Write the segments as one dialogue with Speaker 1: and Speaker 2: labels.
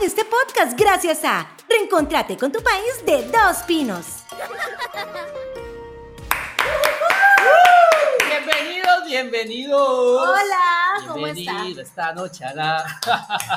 Speaker 1: de este podcast gracias a Reencontrate con tu país de Dos Pinos.
Speaker 2: Bienvenidos, bienvenidos.
Speaker 1: Hola, ¿cómo
Speaker 2: Bienvenido
Speaker 1: están?
Speaker 2: esta noche a la...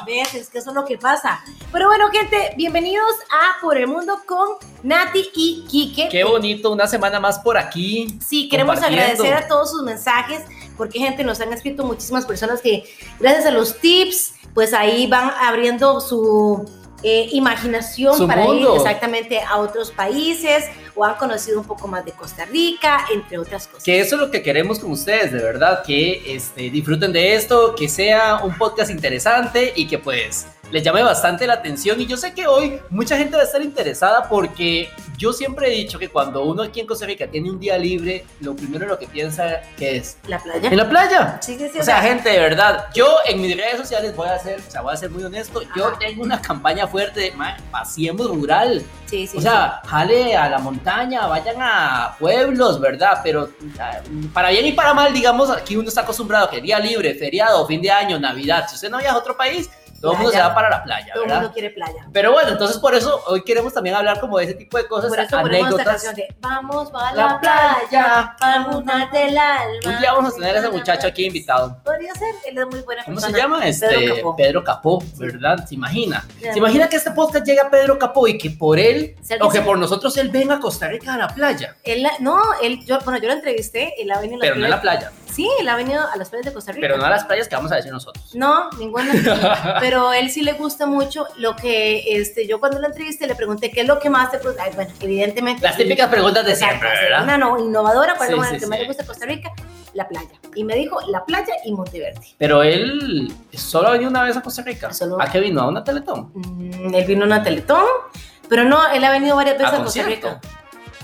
Speaker 1: ¿Ves? Es que eso es lo que pasa. Pero bueno, gente, bienvenidos a Por el Mundo con Nati y Quique.
Speaker 2: Qué bonito, una semana más por aquí.
Speaker 1: Sí, queremos
Speaker 2: compartiendo.
Speaker 1: agradecer a todos sus mensajes, porque gente nos han escrito muchísimas personas que gracias a los tips, pues ahí van abriendo su eh, imaginación
Speaker 2: Su
Speaker 1: para
Speaker 2: mundo.
Speaker 1: ir exactamente a otros países o han conocido un poco más de Costa Rica, entre otras cosas.
Speaker 2: Que eso es lo que queremos con ustedes, de verdad, que este, disfruten de esto, que sea un podcast interesante y que pues les llame bastante la atención. Y yo sé que hoy mucha gente va a estar interesada porque yo siempre he dicho que cuando uno aquí en Costa Rica tiene un día libre, lo primero en lo que piensa que es
Speaker 1: La playa.
Speaker 2: en la playa.
Speaker 1: Sí, sí, sí,
Speaker 2: O sea, gente, de verdad, yo en mis redes sociales voy a ser, o sea, voy a ser muy honesto, yo
Speaker 1: Ajá.
Speaker 2: tengo una campaña fuerte de, "Ma, paseemos rural,
Speaker 1: sí, sí,
Speaker 2: o sea, jale a la montaña, vayan a pueblos, ¿verdad? Pero ah, para bien y para mal, digamos, aquí uno está acostumbrado que día libre, feriado, fin de año, Navidad, si usted no viaja a otro país, todo el mundo se
Speaker 1: Playa.
Speaker 2: va para la playa,
Speaker 1: todo el
Speaker 2: ¿verdad?
Speaker 1: mundo quiere playa.
Speaker 2: Pero bueno, entonces por eso hoy queremos también hablar como de ese tipo de cosas,
Speaker 1: Por eso ponemos esta
Speaker 2: anécdotas.
Speaker 1: canción de Vamos a
Speaker 2: La
Speaker 1: la, playa,
Speaker 2: playa.
Speaker 1: para una del alma.
Speaker 2: Un día vamos a tener a ese muchacho aquí invitado.
Speaker 1: Podría ser, él es muy buena
Speaker 2: ¿Cómo se
Speaker 1: persona.
Speaker 2: llama? Este,
Speaker 1: Pedro Capó.
Speaker 2: Capó, ¿verdad? ¿Se imagina?
Speaker 1: Claro.
Speaker 2: ¿Se imagina que este podcast llega a Pedro Capó y que por él,
Speaker 1: Si alguien
Speaker 2: o que
Speaker 1: se-
Speaker 2: por nosotros él venga a Costa Rica a la playa?
Speaker 1: Él la- no, él, yo, bueno, yo lo entrevisté, él ha venido
Speaker 2: Pero no a
Speaker 1: playas-
Speaker 2: la playa,
Speaker 1: Sí, él ha venido a las playas de Costa Rica.
Speaker 2: pero no a las playas que vamos a decir nosotros.
Speaker 1: No, ninguna. Pero él sí le gusta mucho lo que este, yo cuando lo entrevisté le pregunté qué es lo que más te gusta. Ay, bueno, evidentemente.
Speaker 2: Las típicas preguntas de
Speaker 1: Exacto,
Speaker 2: siempre,
Speaker 1: sí,
Speaker 2: ¿verdad?
Speaker 1: Una no, innovadora, cuál es
Speaker 2: Sí,
Speaker 1: lo
Speaker 2: sí,
Speaker 1: que más
Speaker 2: sí.
Speaker 1: le gusta de Costa Rica, la playa. Y me dijo la playa y Monteverde.
Speaker 2: Pero él solo ha venido una vez a Costa Rica.
Speaker 1: Solo-
Speaker 2: ¿A qué vino? ¿A una Teletón?
Speaker 1: Mm, él vino a una Teletón, pero no, él ha venido varias veces a,
Speaker 2: ¿A
Speaker 1: Costa
Speaker 2: concierto?
Speaker 1: Rica.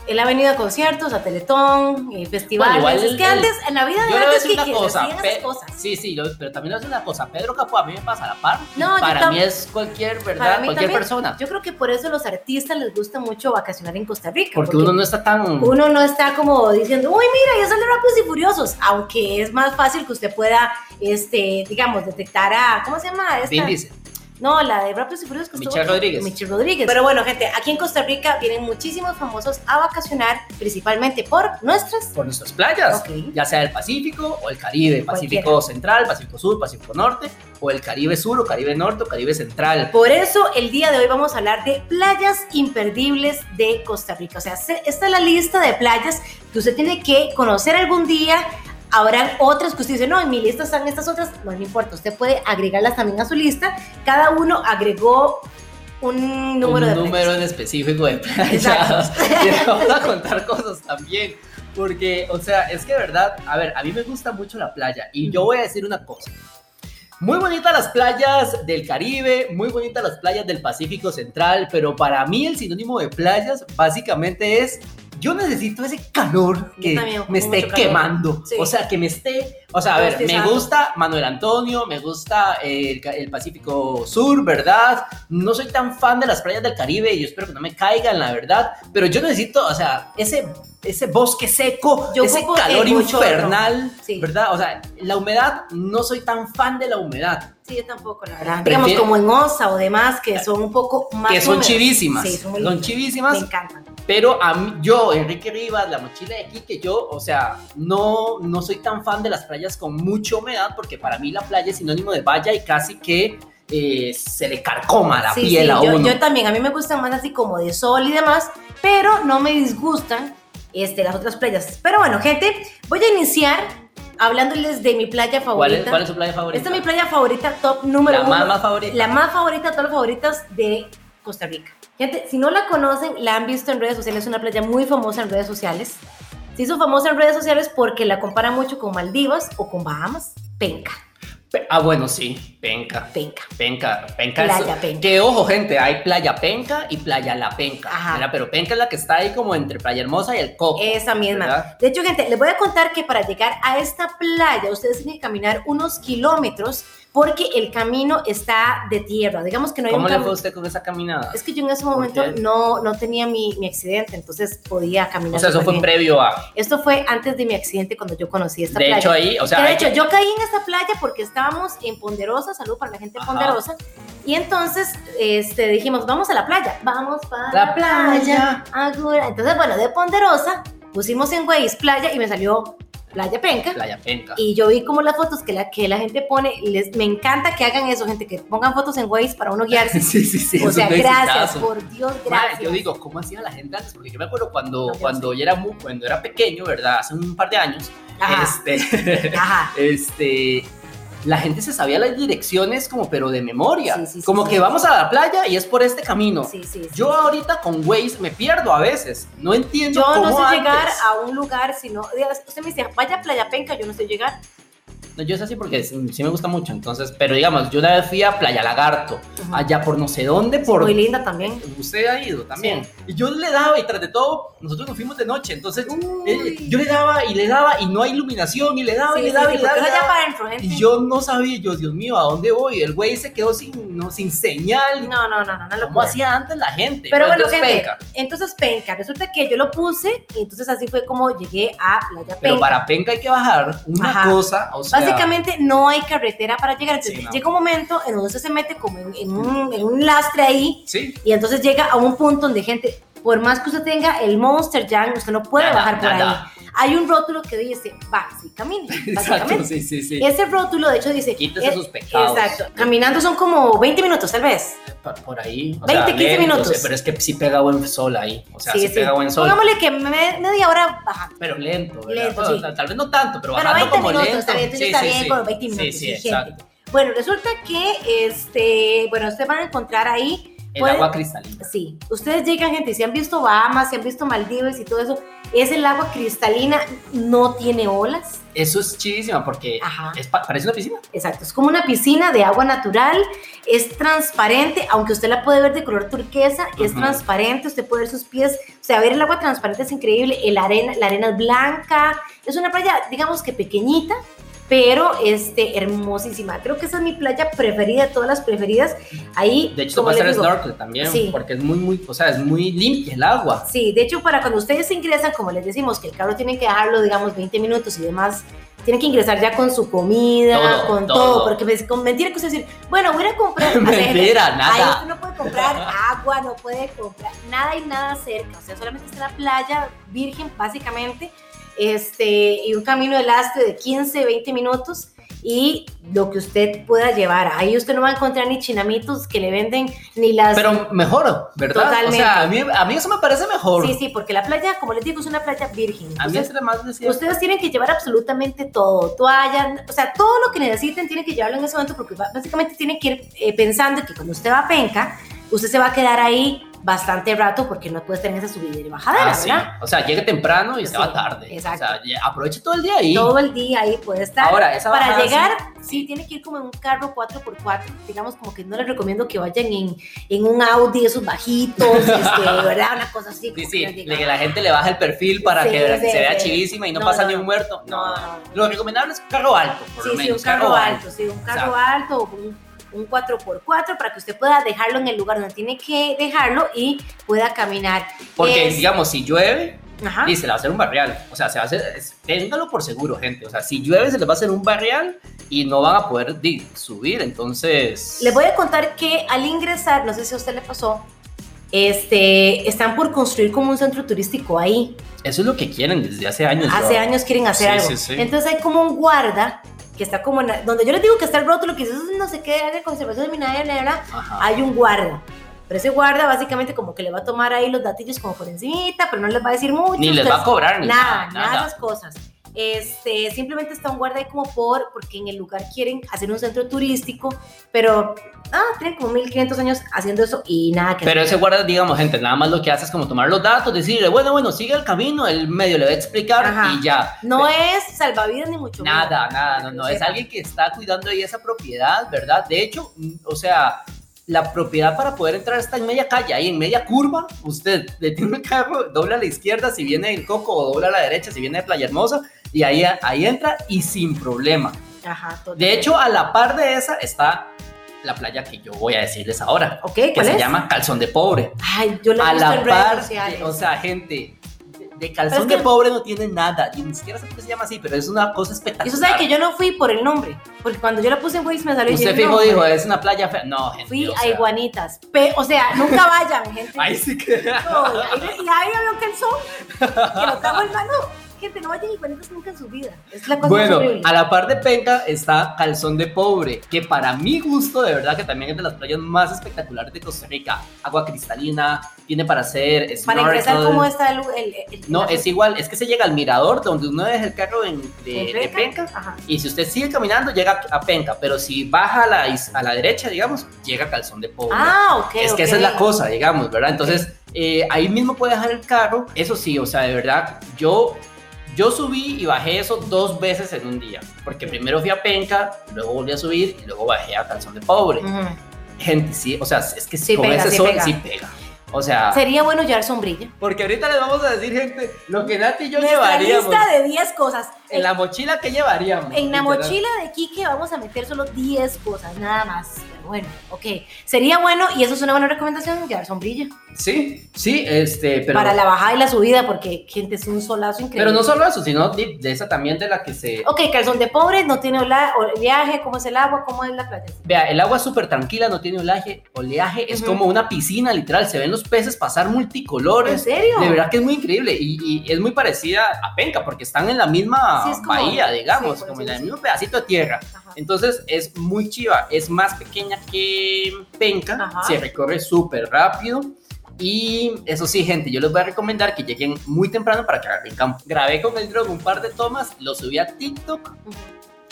Speaker 1: Él ha venido a conciertos, a Teletón, eh, festivales.
Speaker 2: igual
Speaker 1: es
Speaker 2: él-
Speaker 1: que
Speaker 2: él-
Speaker 1: antes, en la vida de
Speaker 2: Yo le voy a
Speaker 1: antes,
Speaker 2: decir una
Speaker 1: Quique, se
Speaker 2: cosa.
Speaker 1: hacían
Speaker 2: Pe-
Speaker 1: esas cosas.
Speaker 2: Sí, sí, yo- pero también le voy a decir una cosa. Pedro Capó a mí me pasa a la par. y
Speaker 1: No, yo
Speaker 2: para
Speaker 1: tam-
Speaker 2: mí es cualquier,
Speaker 1: Para
Speaker 2: ¿verdad?
Speaker 1: mí
Speaker 2: Cualquier
Speaker 1: también.
Speaker 2: persona.
Speaker 1: Yo creo que por eso los artistas les gusta mucho vacacionar en Costa Rica.
Speaker 2: Porque uno no está tan...
Speaker 1: uno no está como diciendo, uy, mira, ya son de Rápidos y Furiosos, aunque es más fácil que usted pueda, este, digamos, detectar a, ¿cómo se llama? Esta?
Speaker 2: Vin Diesel.
Speaker 1: No, la de Rápidos y Furiosos. que estuvo-
Speaker 2: Michelle Rodríguez.
Speaker 1: Michelle Rodríguez. Pero bueno, gente, aquí en Costa Rica vienen muchísimos famosos a vacacionar, principalmente por nuestras...
Speaker 2: por nuestras playas,
Speaker 1: Ok.
Speaker 2: ya sea el Pacífico o el Caribe, Pacífico
Speaker 1: Cualquiera.
Speaker 2: Central, Pacífico Sur, Pacífico Norte, o el Caribe Sur, o Caribe Norte, o Caribe Central.
Speaker 1: Por eso el día de hoy vamos a hablar de playas imperdibles de Costa Rica. O sea, se- esta es la lista de playas que usted tiene que conocer algún día. Habrán otras que usted dice, no, en mi lista están estas otras. No, no importa, usted puede agregarlas también a su lista. Cada uno agregó un número
Speaker 2: un
Speaker 1: de playas.
Speaker 2: número en específico de playas.
Speaker 1: Exacto.
Speaker 2: Y vamos a contar cosas también. Porque, o sea, es que de verdad, a ver, a mí me gusta mucho la playa. Y yo voy a decir una cosa. Muy bonitas las playas del Caribe, muy bonitas las playas del Pacífico Central, pero para mí el sinónimo de playas básicamente es yo necesito ese calor
Speaker 1: Yo
Speaker 2: que
Speaker 1: también ocupo
Speaker 2: me esté
Speaker 1: mucho calor.
Speaker 2: quemando,
Speaker 1: Sí.
Speaker 2: o sea, que me esté, o sea, a ver, me
Speaker 1: Rostizando.
Speaker 2: gusta Manuel Antonio, me gusta eh, el, ca- el Pacífico Sur, ¿verdad? No soy tan fan de las playas del Caribe y yo espero que no me caigan, la verdad, pero yo necesito, o sea, ese, ese bosque seco,
Speaker 1: Yo
Speaker 2: ese
Speaker 1: ocupo
Speaker 2: calor
Speaker 1: el bochorno.
Speaker 2: infernal,
Speaker 1: Sí.
Speaker 2: ¿verdad? O sea, la humedad, no soy tan fan de la humedad,
Speaker 1: Sí, yo tampoco, la verdad.
Speaker 2: Prefiero-
Speaker 1: Digamos, como en Osa o demás, que son un poco más.
Speaker 2: que son
Speaker 1: húmedos.
Speaker 2: chivísimas,
Speaker 1: Sí, son muy
Speaker 2: son
Speaker 1: lindas. Me
Speaker 2: chivísimas,
Speaker 1: encantan.
Speaker 2: Pero a mí, yo, Enrique Rivas, la mochila de Quique, yo, o sea, no, no soy tan fan de las playas con mucha humedad, porque para mí la playa es sinónimo de valla y casi que eh, se le carcoma la
Speaker 1: Sí,
Speaker 2: piel
Speaker 1: sí,
Speaker 2: a
Speaker 1: yo,
Speaker 2: uno.
Speaker 1: yo también, a mí me gustan más así como de sol y demás, pero no me disgustan este, las otras playas. Pero bueno, gente, voy a iniciar hablándoles de mi playa
Speaker 2: ¿Cuál,
Speaker 1: favorita.
Speaker 2: es, ¿Cuál es su playa favorita?
Speaker 1: Esta es mi playa favorita, top número
Speaker 2: La
Speaker 1: uno.
Speaker 2: más, más favorita.
Speaker 1: La más favorita, todas las favoritas de Costa Rica. Gente, si no la conocen, la han visto en redes sociales, es una playa muy famosa en redes sociales. Se hizo famosa en redes sociales porque la compara mucho con Maldivas o con Bahamas. Penca,
Speaker 2: Pe- Ah, bueno, sí, penca.
Speaker 1: penca.
Speaker 2: Penca, penca es-
Speaker 1: Playa Penca.
Speaker 2: Que ojo, gente, hay playa penca y playa la penca.
Speaker 1: Ajá.
Speaker 2: ¿verdad? Pero penca es la que está ahí como entre Playa Hermosa y el Coco.
Speaker 1: Esa misma.
Speaker 2: Oh, ¿verdad?
Speaker 1: De hecho, gente, les voy a contar que para llegar a esta playa, ustedes tienen que caminar unos kilómetros porque el camino está de tierra. Digamos que no hay
Speaker 2: ¿Cómo
Speaker 1: un
Speaker 2: le fue a
Speaker 1: camino.
Speaker 2: usted con esa caminada?
Speaker 1: Es que yo en ese momento
Speaker 2: ¿Por qué?
Speaker 1: no, no tenía mi, mi accidente, entonces podía caminar.
Speaker 2: O sea, eso
Speaker 1: súper
Speaker 2: fue
Speaker 1: bien.
Speaker 2: previo a.
Speaker 1: Esto fue antes de mi accidente cuando yo conocí esta
Speaker 2: De
Speaker 1: playa.
Speaker 2: hecho, ahí, o sea,
Speaker 1: Que de
Speaker 2: hay
Speaker 1: hecho, yo caí en esta playa porque estábamos en Ponderosa, salud para la gente de
Speaker 2: Ajá.
Speaker 1: Ponderosa, y entonces este, dijimos, vamos a la playa, vamos para
Speaker 2: La playa.
Speaker 1: Agora. Entonces, bueno, de Ponderosa pusimos en Waze playa y me salió Playa Penca.
Speaker 2: Playa Penca.
Speaker 1: Y yo vi como las fotos que la, que la gente pone, les, me encanta que hagan eso, gente, que pongan fotos en Waze para uno guiarse.
Speaker 2: Sí, sí, sí.
Speaker 1: o
Speaker 2: es
Speaker 1: sea,
Speaker 2: un
Speaker 1: gracias,
Speaker 2: exitazo.
Speaker 1: por Dios,
Speaker 2: Madre,
Speaker 1: gracias.
Speaker 2: yo digo, ¿cómo hacía la gente antes? Porque yo me acuerdo cuando,
Speaker 1: No, yo
Speaker 2: cuando, yo era muy, cuando era pequeño, ¿verdad? Hace un par de años.
Speaker 1: ajá,
Speaker 2: Este,
Speaker 1: ajá.
Speaker 2: este, la gente se sabía las direcciones como, pero de memoria.
Speaker 1: Sí, sí, sí,
Speaker 2: como
Speaker 1: sí,
Speaker 2: que
Speaker 1: sí.
Speaker 2: vamos a la playa y es por este camino.
Speaker 1: Sí, sí, sí.
Speaker 2: Yo ahorita con Waze me pierdo a veces. No entiendo
Speaker 1: Yo
Speaker 2: cómo
Speaker 1: no sé
Speaker 2: antes.
Speaker 1: llegar a un lugar, sino, usted me dice, vaya a Playa Penca, yo no sé llegar.
Speaker 2: No, yo es así porque sí sí me gusta mucho. Entonces, pero digamos, yo una vez fui a Playa Lagarto,
Speaker 1: Ajá.
Speaker 2: allá por no sé dónde, por
Speaker 1: Muy linda también.
Speaker 2: usted ha ido también. Y yo le daba y tras de todo, nosotros nos fuimos de noche, entonces eh, yo le daba y le daba y no hay iluminación y le daba
Speaker 1: Sí,
Speaker 2: y le
Speaker 1: sí,
Speaker 2: daba
Speaker 1: sí,
Speaker 2: y le daba.
Speaker 1: porque
Speaker 2: y le
Speaker 1: vaya
Speaker 2: daba.
Speaker 1: para adentro, gente.
Speaker 2: Y yo no sabía, yo, Dios mío, ¿a dónde voy? El güey se quedó sin, no, sin señal.
Speaker 1: No, no, no, no, no lo
Speaker 2: ¿Cómo
Speaker 1: puedo
Speaker 2: hacía antes la gente?
Speaker 1: Pero bueno,
Speaker 2: entonces,
Speaker 1: gente,
Speaker 2: penca.
Speaker 1: Entonces, penca. Resulta que yo lo puse y entonces así fue como llegué a Playa
Speaker 2: Pero
Speaker 1: Penca.
Speaker 2: para penca hay que bajar una
Speaker 1: Ajá.
Speaker 2: cosa, o sea,
Speaker 1: Básicamente no hay carretera para llegar. Entonces,
Speaker 2: Sí, no.
Speaker 1: Llega un momento en donde usted se mete como en, en un, en un lastre ahí
Speaker 2: sí,
Speaker 1: y entonces llega a un punto donde gente, por más que usted tenga el Monster Jam, usted no puede
Speaker 2: nada,
Speaker 1: bajar por ahí.
Speaker 2: nada.
Speaker 1: Hay un rótulo que dice, va, sí, camine.
Speaker 2: Exacto,
Speaker 1: Básicamente.
Speaker 2: sí, sí, sí.
Speaker 1: Ese rótulo, de hecho, dice...
Speaker 2: Quítese
Speaker 1: eh,
Speaker 2: sus pecados.
Speaker 1: Exacto. Caminando son como 20 minutos, tal vez.
Speaker 2: Pa- Por ahí.
Speaker 1: 20, 15 minutos.
Speaker 2: Pero es que sí pega buen sol ahí. O sea, sí, pega buen sol.
Speaker 1: Pongámosle que me- media hora bajando.
Speaker 2: Pero lento, ¿verdad?
Speaker 1: Lento,
Speaker 2: Bueno,
Speaker 1: sí.
Speaker 2: tal- Tal vez no tanto, pero,
Speaker 1: Pero
Speaker 2: bajando
Speaker 1: 20
Speaker 2: como
Speaker 1: minutos,
Speaker 2: lento.
Speaker 1: está bien, entonces está bien con 20
Speaker 2: Sí,
Speaker 1: minutos,
Speaker 2: sí,
Speaker 1: sí, gente.
Speaker 2: exacto.
Speaker 1: Bueno, resulta que, este, bueno, ustedes van a encontrar ahí,
Speaker 2: El
Speaker 1: Puede-
Speaker 2: agua cristalina.
Speaker 1: sí, ustedes llegan, gente, y si han visto Bahamas, si han visto Maldivas y todo eso, es el agua cristalina, no tiene olas.
Speaker 2: Eso es chidísima porque
Speaker 1: Ajá,
Speaker 2: es pa- parece una piscina.
Speaker 1: exacto. Es como una piscina de agua natural, es transparente, aunque usted la puede ver de color turquesa, es
Speaker 2: Ujú.
Speaker 1: transparente, usted puede ver sus pies, o sea, ver el agua transparente es increíble, el arena, la arena es blanca, es una playa, digamos que pequeñita. Pero este, hermosísima. Creo que esa es mi playa preferida de todas las preferidas. Ahí,
Speaker 2: De hecho, se
Speaker 1: como
Speaker 2: puede
Speaker 1: les
Speaker 2: hacer
Speaker 1: digo,
Speaker 2: snorkel también.
Speaker 1: Sí.
Speaker 2: Porque es muy, muy, o sea, es muy limpia el agua.
Speaker 1: Sí, de hecho, para cuando ustedes ingresan, como les decimos, que el carro tienen que dejarlo, digamos, 20 minutos y demás, tienen que ingresar ya con su comida,
Speaker 2: Todo,
Speaker 1: con
Speaker 2: todo.
Speaker 1: todo, porque me, con mentira que usted decir, bueno, voy a ir a comprar. a ver,
Speaker 2: Mentira,
Speaker 1: Ahí
Speaker 2: nada.
Speaker 1: usted no puede comprar agua, no puede comprar nada y nada cerca, o sea, solamente está la playa virgen, básicamente, este, y un camino de lastre de 15, 20 minutos. Y lo que usted pueda llevar. Ahí usted no va a encontrar ni chinamitos que le venden, ni las
Speaker 2: Pero mejor, ¿verdad? O
Speaker 1: Totalmente.
Speaker 2: sea, a mí, a mí eso me parece mejor.
Speaker 1: Sí, sí, porque la playa, como les digo, es una playa virgen.
Speaker 2: A mí
Speaker 1: Entonces,
Speaker 2: entre más decía.
Speaker 1: ustedes tienen que llevar absolutamente todo, toallas, o sea, todo lo que necesiten tienen que llevarlo en ese momento porque ba- básicamente tienen que ir eh, pensando que cuando usted va a Penca, usted se va a quedar ahí bastante rato porque no puede tener esa subida y bajadera,
Speaker 2: Ah, sí.
Speaker 1: ¿verdad?
Speaker 2: O sea, llegue temprano y se
Speaker 1: Sí,
Speaker 2: va tarde.
Speaker 1: exacto.
Speaker 2: O sea, ya- aproveche todo el día ahí.
Speaker 1: Todo el día ahí puede estar.
Speaker 2: Ahora, esa
Speaker 1: Para
Speaker 2: bajada sí-
Speaker 1: llegar, sí, tiene que ir como en un carro 4x4, digamos como que no les recomiendo que vayan en, en un Audi, esos bajitos, este, ¿verdad? Una cosa así.
Speaker 2: Sí,
Speaker 1: como
Speaker 2: sí,
Speaker 1: que les diga,
Speaker 2: le- que la gente le baja el perfil para
Speaker 1: Sí,
Speaker 2: que
Speaker 1: sí,
Speaker 2: se vea
Speaker 1: sí.
Speaker 2: chidísima y no,
Speaker 1: No,
Speaker 2: pasa
Speaker 1: no,
Speaker 2: ni un
Speaker 1: no.
Speaker 2: muerto.
Speaker 1: No, no, no.
Speaker 2: Lo recomendable es un carro alto, por lo
Speaker 1: Sí, sí,
Speaker 2: menos,
Speaker 1: un carro alto, sí, un carro alto, un, un 4x4 para que usted pueda dejarlo en el lugar donde tiene que dejarlo y pueda caminar.
Speaker 2: Porque,
Speaker 1: Es-
Speaker 2: digamos, si llueve,
Speaker 1: Ajá.
Speaker 2: y se le va a hacer un barrial. O sea, se va a hacer, es- téngalo por seguro, gente. O sea, si llueve, se les va a hacer un barrial y no van a poder di- subir. Entonces,
Speaker 1: Les voy a contar que al ingresar, no sé si a usted le pasó, este, están por construir como un centro turístico ahí.
Speaker 2: eso es lo que quieren desde hace años.
Speaker 1: Hace
Speaker 2: bro.
Speaker 1: años quieren hacer
Speaker 2: Sí,
Speaker 1: algo.
Speaker 2: sí, sí.
Speaker 1: Entonces hay como un guarda que está como en la- donde yo les digo que está el rótulo que dice "Eso es no sé qué área de conservación de minería, bla, bla, bla",
Speaker 2: Ajá.
Speaker 1: hay un guarda. Pero ese guarda básicamente como que le va a tomar ahí los datillos como por encimita, pero no les va a decir mucho.
Speaker 2: Ni les
Speaker 1: ustedes-
Speaker 2: va a cobrar ni
Speaker 1: nada,
Speaker 2: nada.
Speaker 1: nada de esas cosas. Este, simplemente está un guarda ahí como por, porque en el lugar quieren hacer un centro turístico, pero, ah, tienen como 1500 años haciendo eso y nada que
Speaker 2: Pero ese guarda, digamos, gente, nada más lo que hace es como tomar los datos, decirle, bueno, bueno, sigue el camino, el medio le va a explicar
Speaker 1: Ajá.
Speaker 2: y ya.
Speaker 1: No es salvavidas ni mucho menos.
Speaker 2: Nada, nada, no,
Speaker 1: que
Speaker 2: no. Es
Speaker 1: sepan.
Speaker 2: alguien que está cuidando ahí esa propiedad, ¿verdad? De hecho, mm, o sea, la propiedad para poder entrar está en media calle, ahí en media curva. Usted detiene el carro, dobla a la izquierda si viene el coco o dobla a la derecha si viene de Playa Hermosa y ahí, ahí entra y sin problema.
Speaker 1: Ajá, todo.
Speaker 2: De hecho, a la par de esa está la playa que yo voy a decirles ahora,
Speaker 1: Ok,
Speaker 2: que
Speaker 1: ¿cuál
Speaker 2: se
Speaker 1: es?
Speaker 2: llama Calzón de Pobre.
Speaker 1: Ay, yo la
Speaker 2: A
Speaker 1: he visto en
Speaker 2: la
Speaker 1: redes
Speaker 2: par,
Speaker 1: sociales.
Speaker 2: de- o sea, gente, de- de
Speaker 1: Pero
Speaker 2: calzón
Speaker 1: es que-
Speaker 2: de pobre no tiene nada, y ni siquiera sé por qué se llama así, pero es una cosa espectacular.
Speaker 1: y eso sabe que yo no fui por el nombre, porque cuando yo la puse en Waze me salió y
Speaker 2: Usted
Speaker 1: dije,
Speaker 2: fijo
Speaker 1: no,
Speaker 2: dijo, es una playa fea. No, gente.
Speaker 1: Fui
Speaker 2: o
Speaker 1: a
Speaker 2: sea,
Speaker 1: Iguanitas. Pe- o sea, nunca vayan, gente.
Speaker 2: Ahí sí que.
Speaker 1: No, y ahí, y ahí había un calzón que lo trajo el mano. Gente, no vayan a Iguanitas nunca en su vida. Es la cosa
Speaker 2: Bueno,
Speaker 1: más horrible.
Speaker 2: a la par de Penca está Calzón de Pobre, que para mi gusto, de verdad, que también es de las playas más espectaculares de Costa Rica. Agua cristalina, tiene para hacer
Speaker 1: Para
Speaker 2: snorkel.
Speaker 1: ingresar, ¿cómo está el... el, el-
Speaker 2: No,
Speaker 1: la-
Speaker 2: es igual, es que se llega al mirador donde uno deja el carro en- de,
Speaker 1: el
Speaker 2: de
Speaker 1: Reca?
Speaker 2: Penca.
Speaker 1: Ajá.
Speaker 2: Y si usted sigue caminando, llega a Penca, pero si baja a la, is- a la derecha, digamos, llega a Calzón de Pobre.
Speaker 1: Ah, ok,
Speaker 2: es que
Speaker 1: ok.
Speaker 2: esa es la cosa, digamos, ¿verdad? Entonces, eh, ahí mismo puede dejar el carro. Eso sí, o sea, de verdad, yo, yo subí y bajé eso dos veces en un día. Porque primero fui a Penca, luego volví a subir y luego bajé a Calzón de Pobre.
Speaker 1: Ujú.
Speaker 2: Gente, sí, o sea, es que
Speaker 1: Mm. Sí
Speaker 2: con
Speaker 1: pega,
Speaker 2: ese
Speaker 1: sí
Speaker 2: sol
Speaker 1: pega.
Speaker 2: sí pega. O sea,
Speaker 1: Sería bueno llevar sombrilla.
Speaker 2: porque ahorita les vamos a decir, gente, lo que Nati y yo
Speaker 1: Nuestra
Speaker 2: llevaríamos.
Speaker 1: lista de 10 cosas.
Speaker 2: En la mochila que llevaríamos.
Speaker 1: En la
Speaker 2: literal.
Speaker 1: mochila de Quique vamos a meter solo 10 cosas, nada más. Pero bueno, ok. Sería bueno, y eso es una buena recomendación, llevar sombrilla.
Speaker 2: Sí, sí, este, pero.
Speaker 1: para la bajada y la subida, porque gente es un solazo increíble.
Speaker 2: Pero no solo eso, sino de, de esa también de la que se.
Speaker 1: Ok, calzón de pobre, no tiene ola- oleaje, cómo es el agua, cómo es la playa.
Speaker 2: Vea, el agua es súper tranquila, no tiene oleaje. Oleaje es
Speaker 1: Ujú.
Speaker 2: como una piscina, literal. Se ven los peces pasar
Speaker 1: ¿En
Speaker 2: multicolores.
Speaker 1: serio?
Speaker 2: De verdad que es muy increíble y, y es muy parecida a Penca porque están en la misma
Speaker 1: Sí, es como-
Speaker 2: bahía, digamos,
Speaker 1: sí, por
Speaker 2: como
Speaker 1: decirlo
Speaker 2: en el
Speaker 1: así.
Speaker 2: mismo pedacito de tierra.
Speaker 1: Ajá.
Speaker 2: Entonces es muy chiva, es más pequeña que Penca,
Speaker 1: Ajá.
Speaker 2: se recorre súper rápido. Y eso sí, gente, yo les voy a recomendar que lleguen muy temprano para que agarren campo. Grabé con el drone un par de tomas, lo subí a TikTok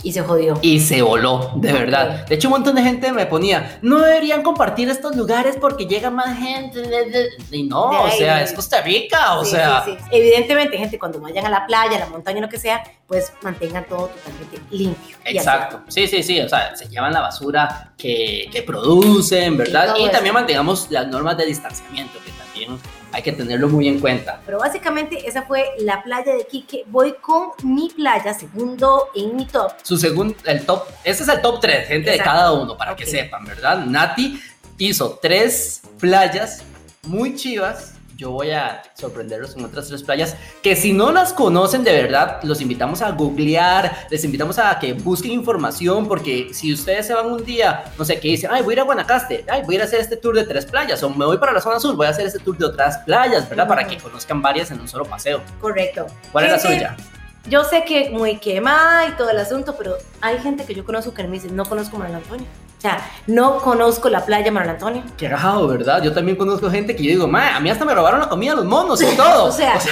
Speaker 1: Y se jodió.
Speaker 2: y se voló, de verdad. De hecho, un montón de gente me ponía, no deberían compartir estos lugares porque llega más gente. Y no,
Speaker 1: De
Speaker 2: o
Speaker 1: ahí.
Speaker 2: sea, es Costa Rica, o
Speaker 1: Sí,
Speaker 2: sea.
Speaker 1: sí, sí. Evidentemente, gente, cuando vayan a la playa, a la montaña, lo que sea, pues mantengan todo totalmente limpio. y
Speaker 2: Exacto, sí, sí, sí, o sea, se llevan la basura que, que producen, ¿verdad?
Speaker 1: todo
Speaker 2: Y,
Speaker 1: eso.
Speaker 2: también mantengamos las normas de distanciamiento, que también hay que tenerlo muy en cuenta.
Speaker 1: Pero básicamente esa fue la playa de Quique. Voy con mi playa, segundo en mi top.
Speaker 2: Su segundo, el top, ese es el top 3, gente,
Speaker 1: Exacto.
Speaker 2: de cada uno, para
Speaker 1: Ok.
Speaker 2: que sepan, ¿verdad? Nati hizo tres playas muy chivas. Yo voy a sorprenderlos con otras tres playas que si no las conocen de verdad, los invitamos a googlear, les invitamos a que busquen información, porque si ustedes se van un día, no sé, que dicen, ay, voy a ir a Guanacaste, ay, voy a ir a hacer este tour de tres playas, o me voy para la zona sur, voy a hacer este tour de otras playas, ¿verdad? Para que conozcan varias en un solo paseo.
Speaker 1: Correcto.
Speaker 2: ¿Cuál es la
Speaker 1: Gente,
Speaker 2: suya?
Speaker 1: Yo sé que muy quemada y todo el asunto, pero hay gente que yo conozco que me dice, no conozco Manuel Antonio. O sea, no conozco la playa Manuel Antonio.
Speaker 2: Qué rajado, ¿verdad? Yo también conozco gente que yo digo, ma, a mí hasta me robaron la comida los monos y todo.
Speaker 1: O sea, es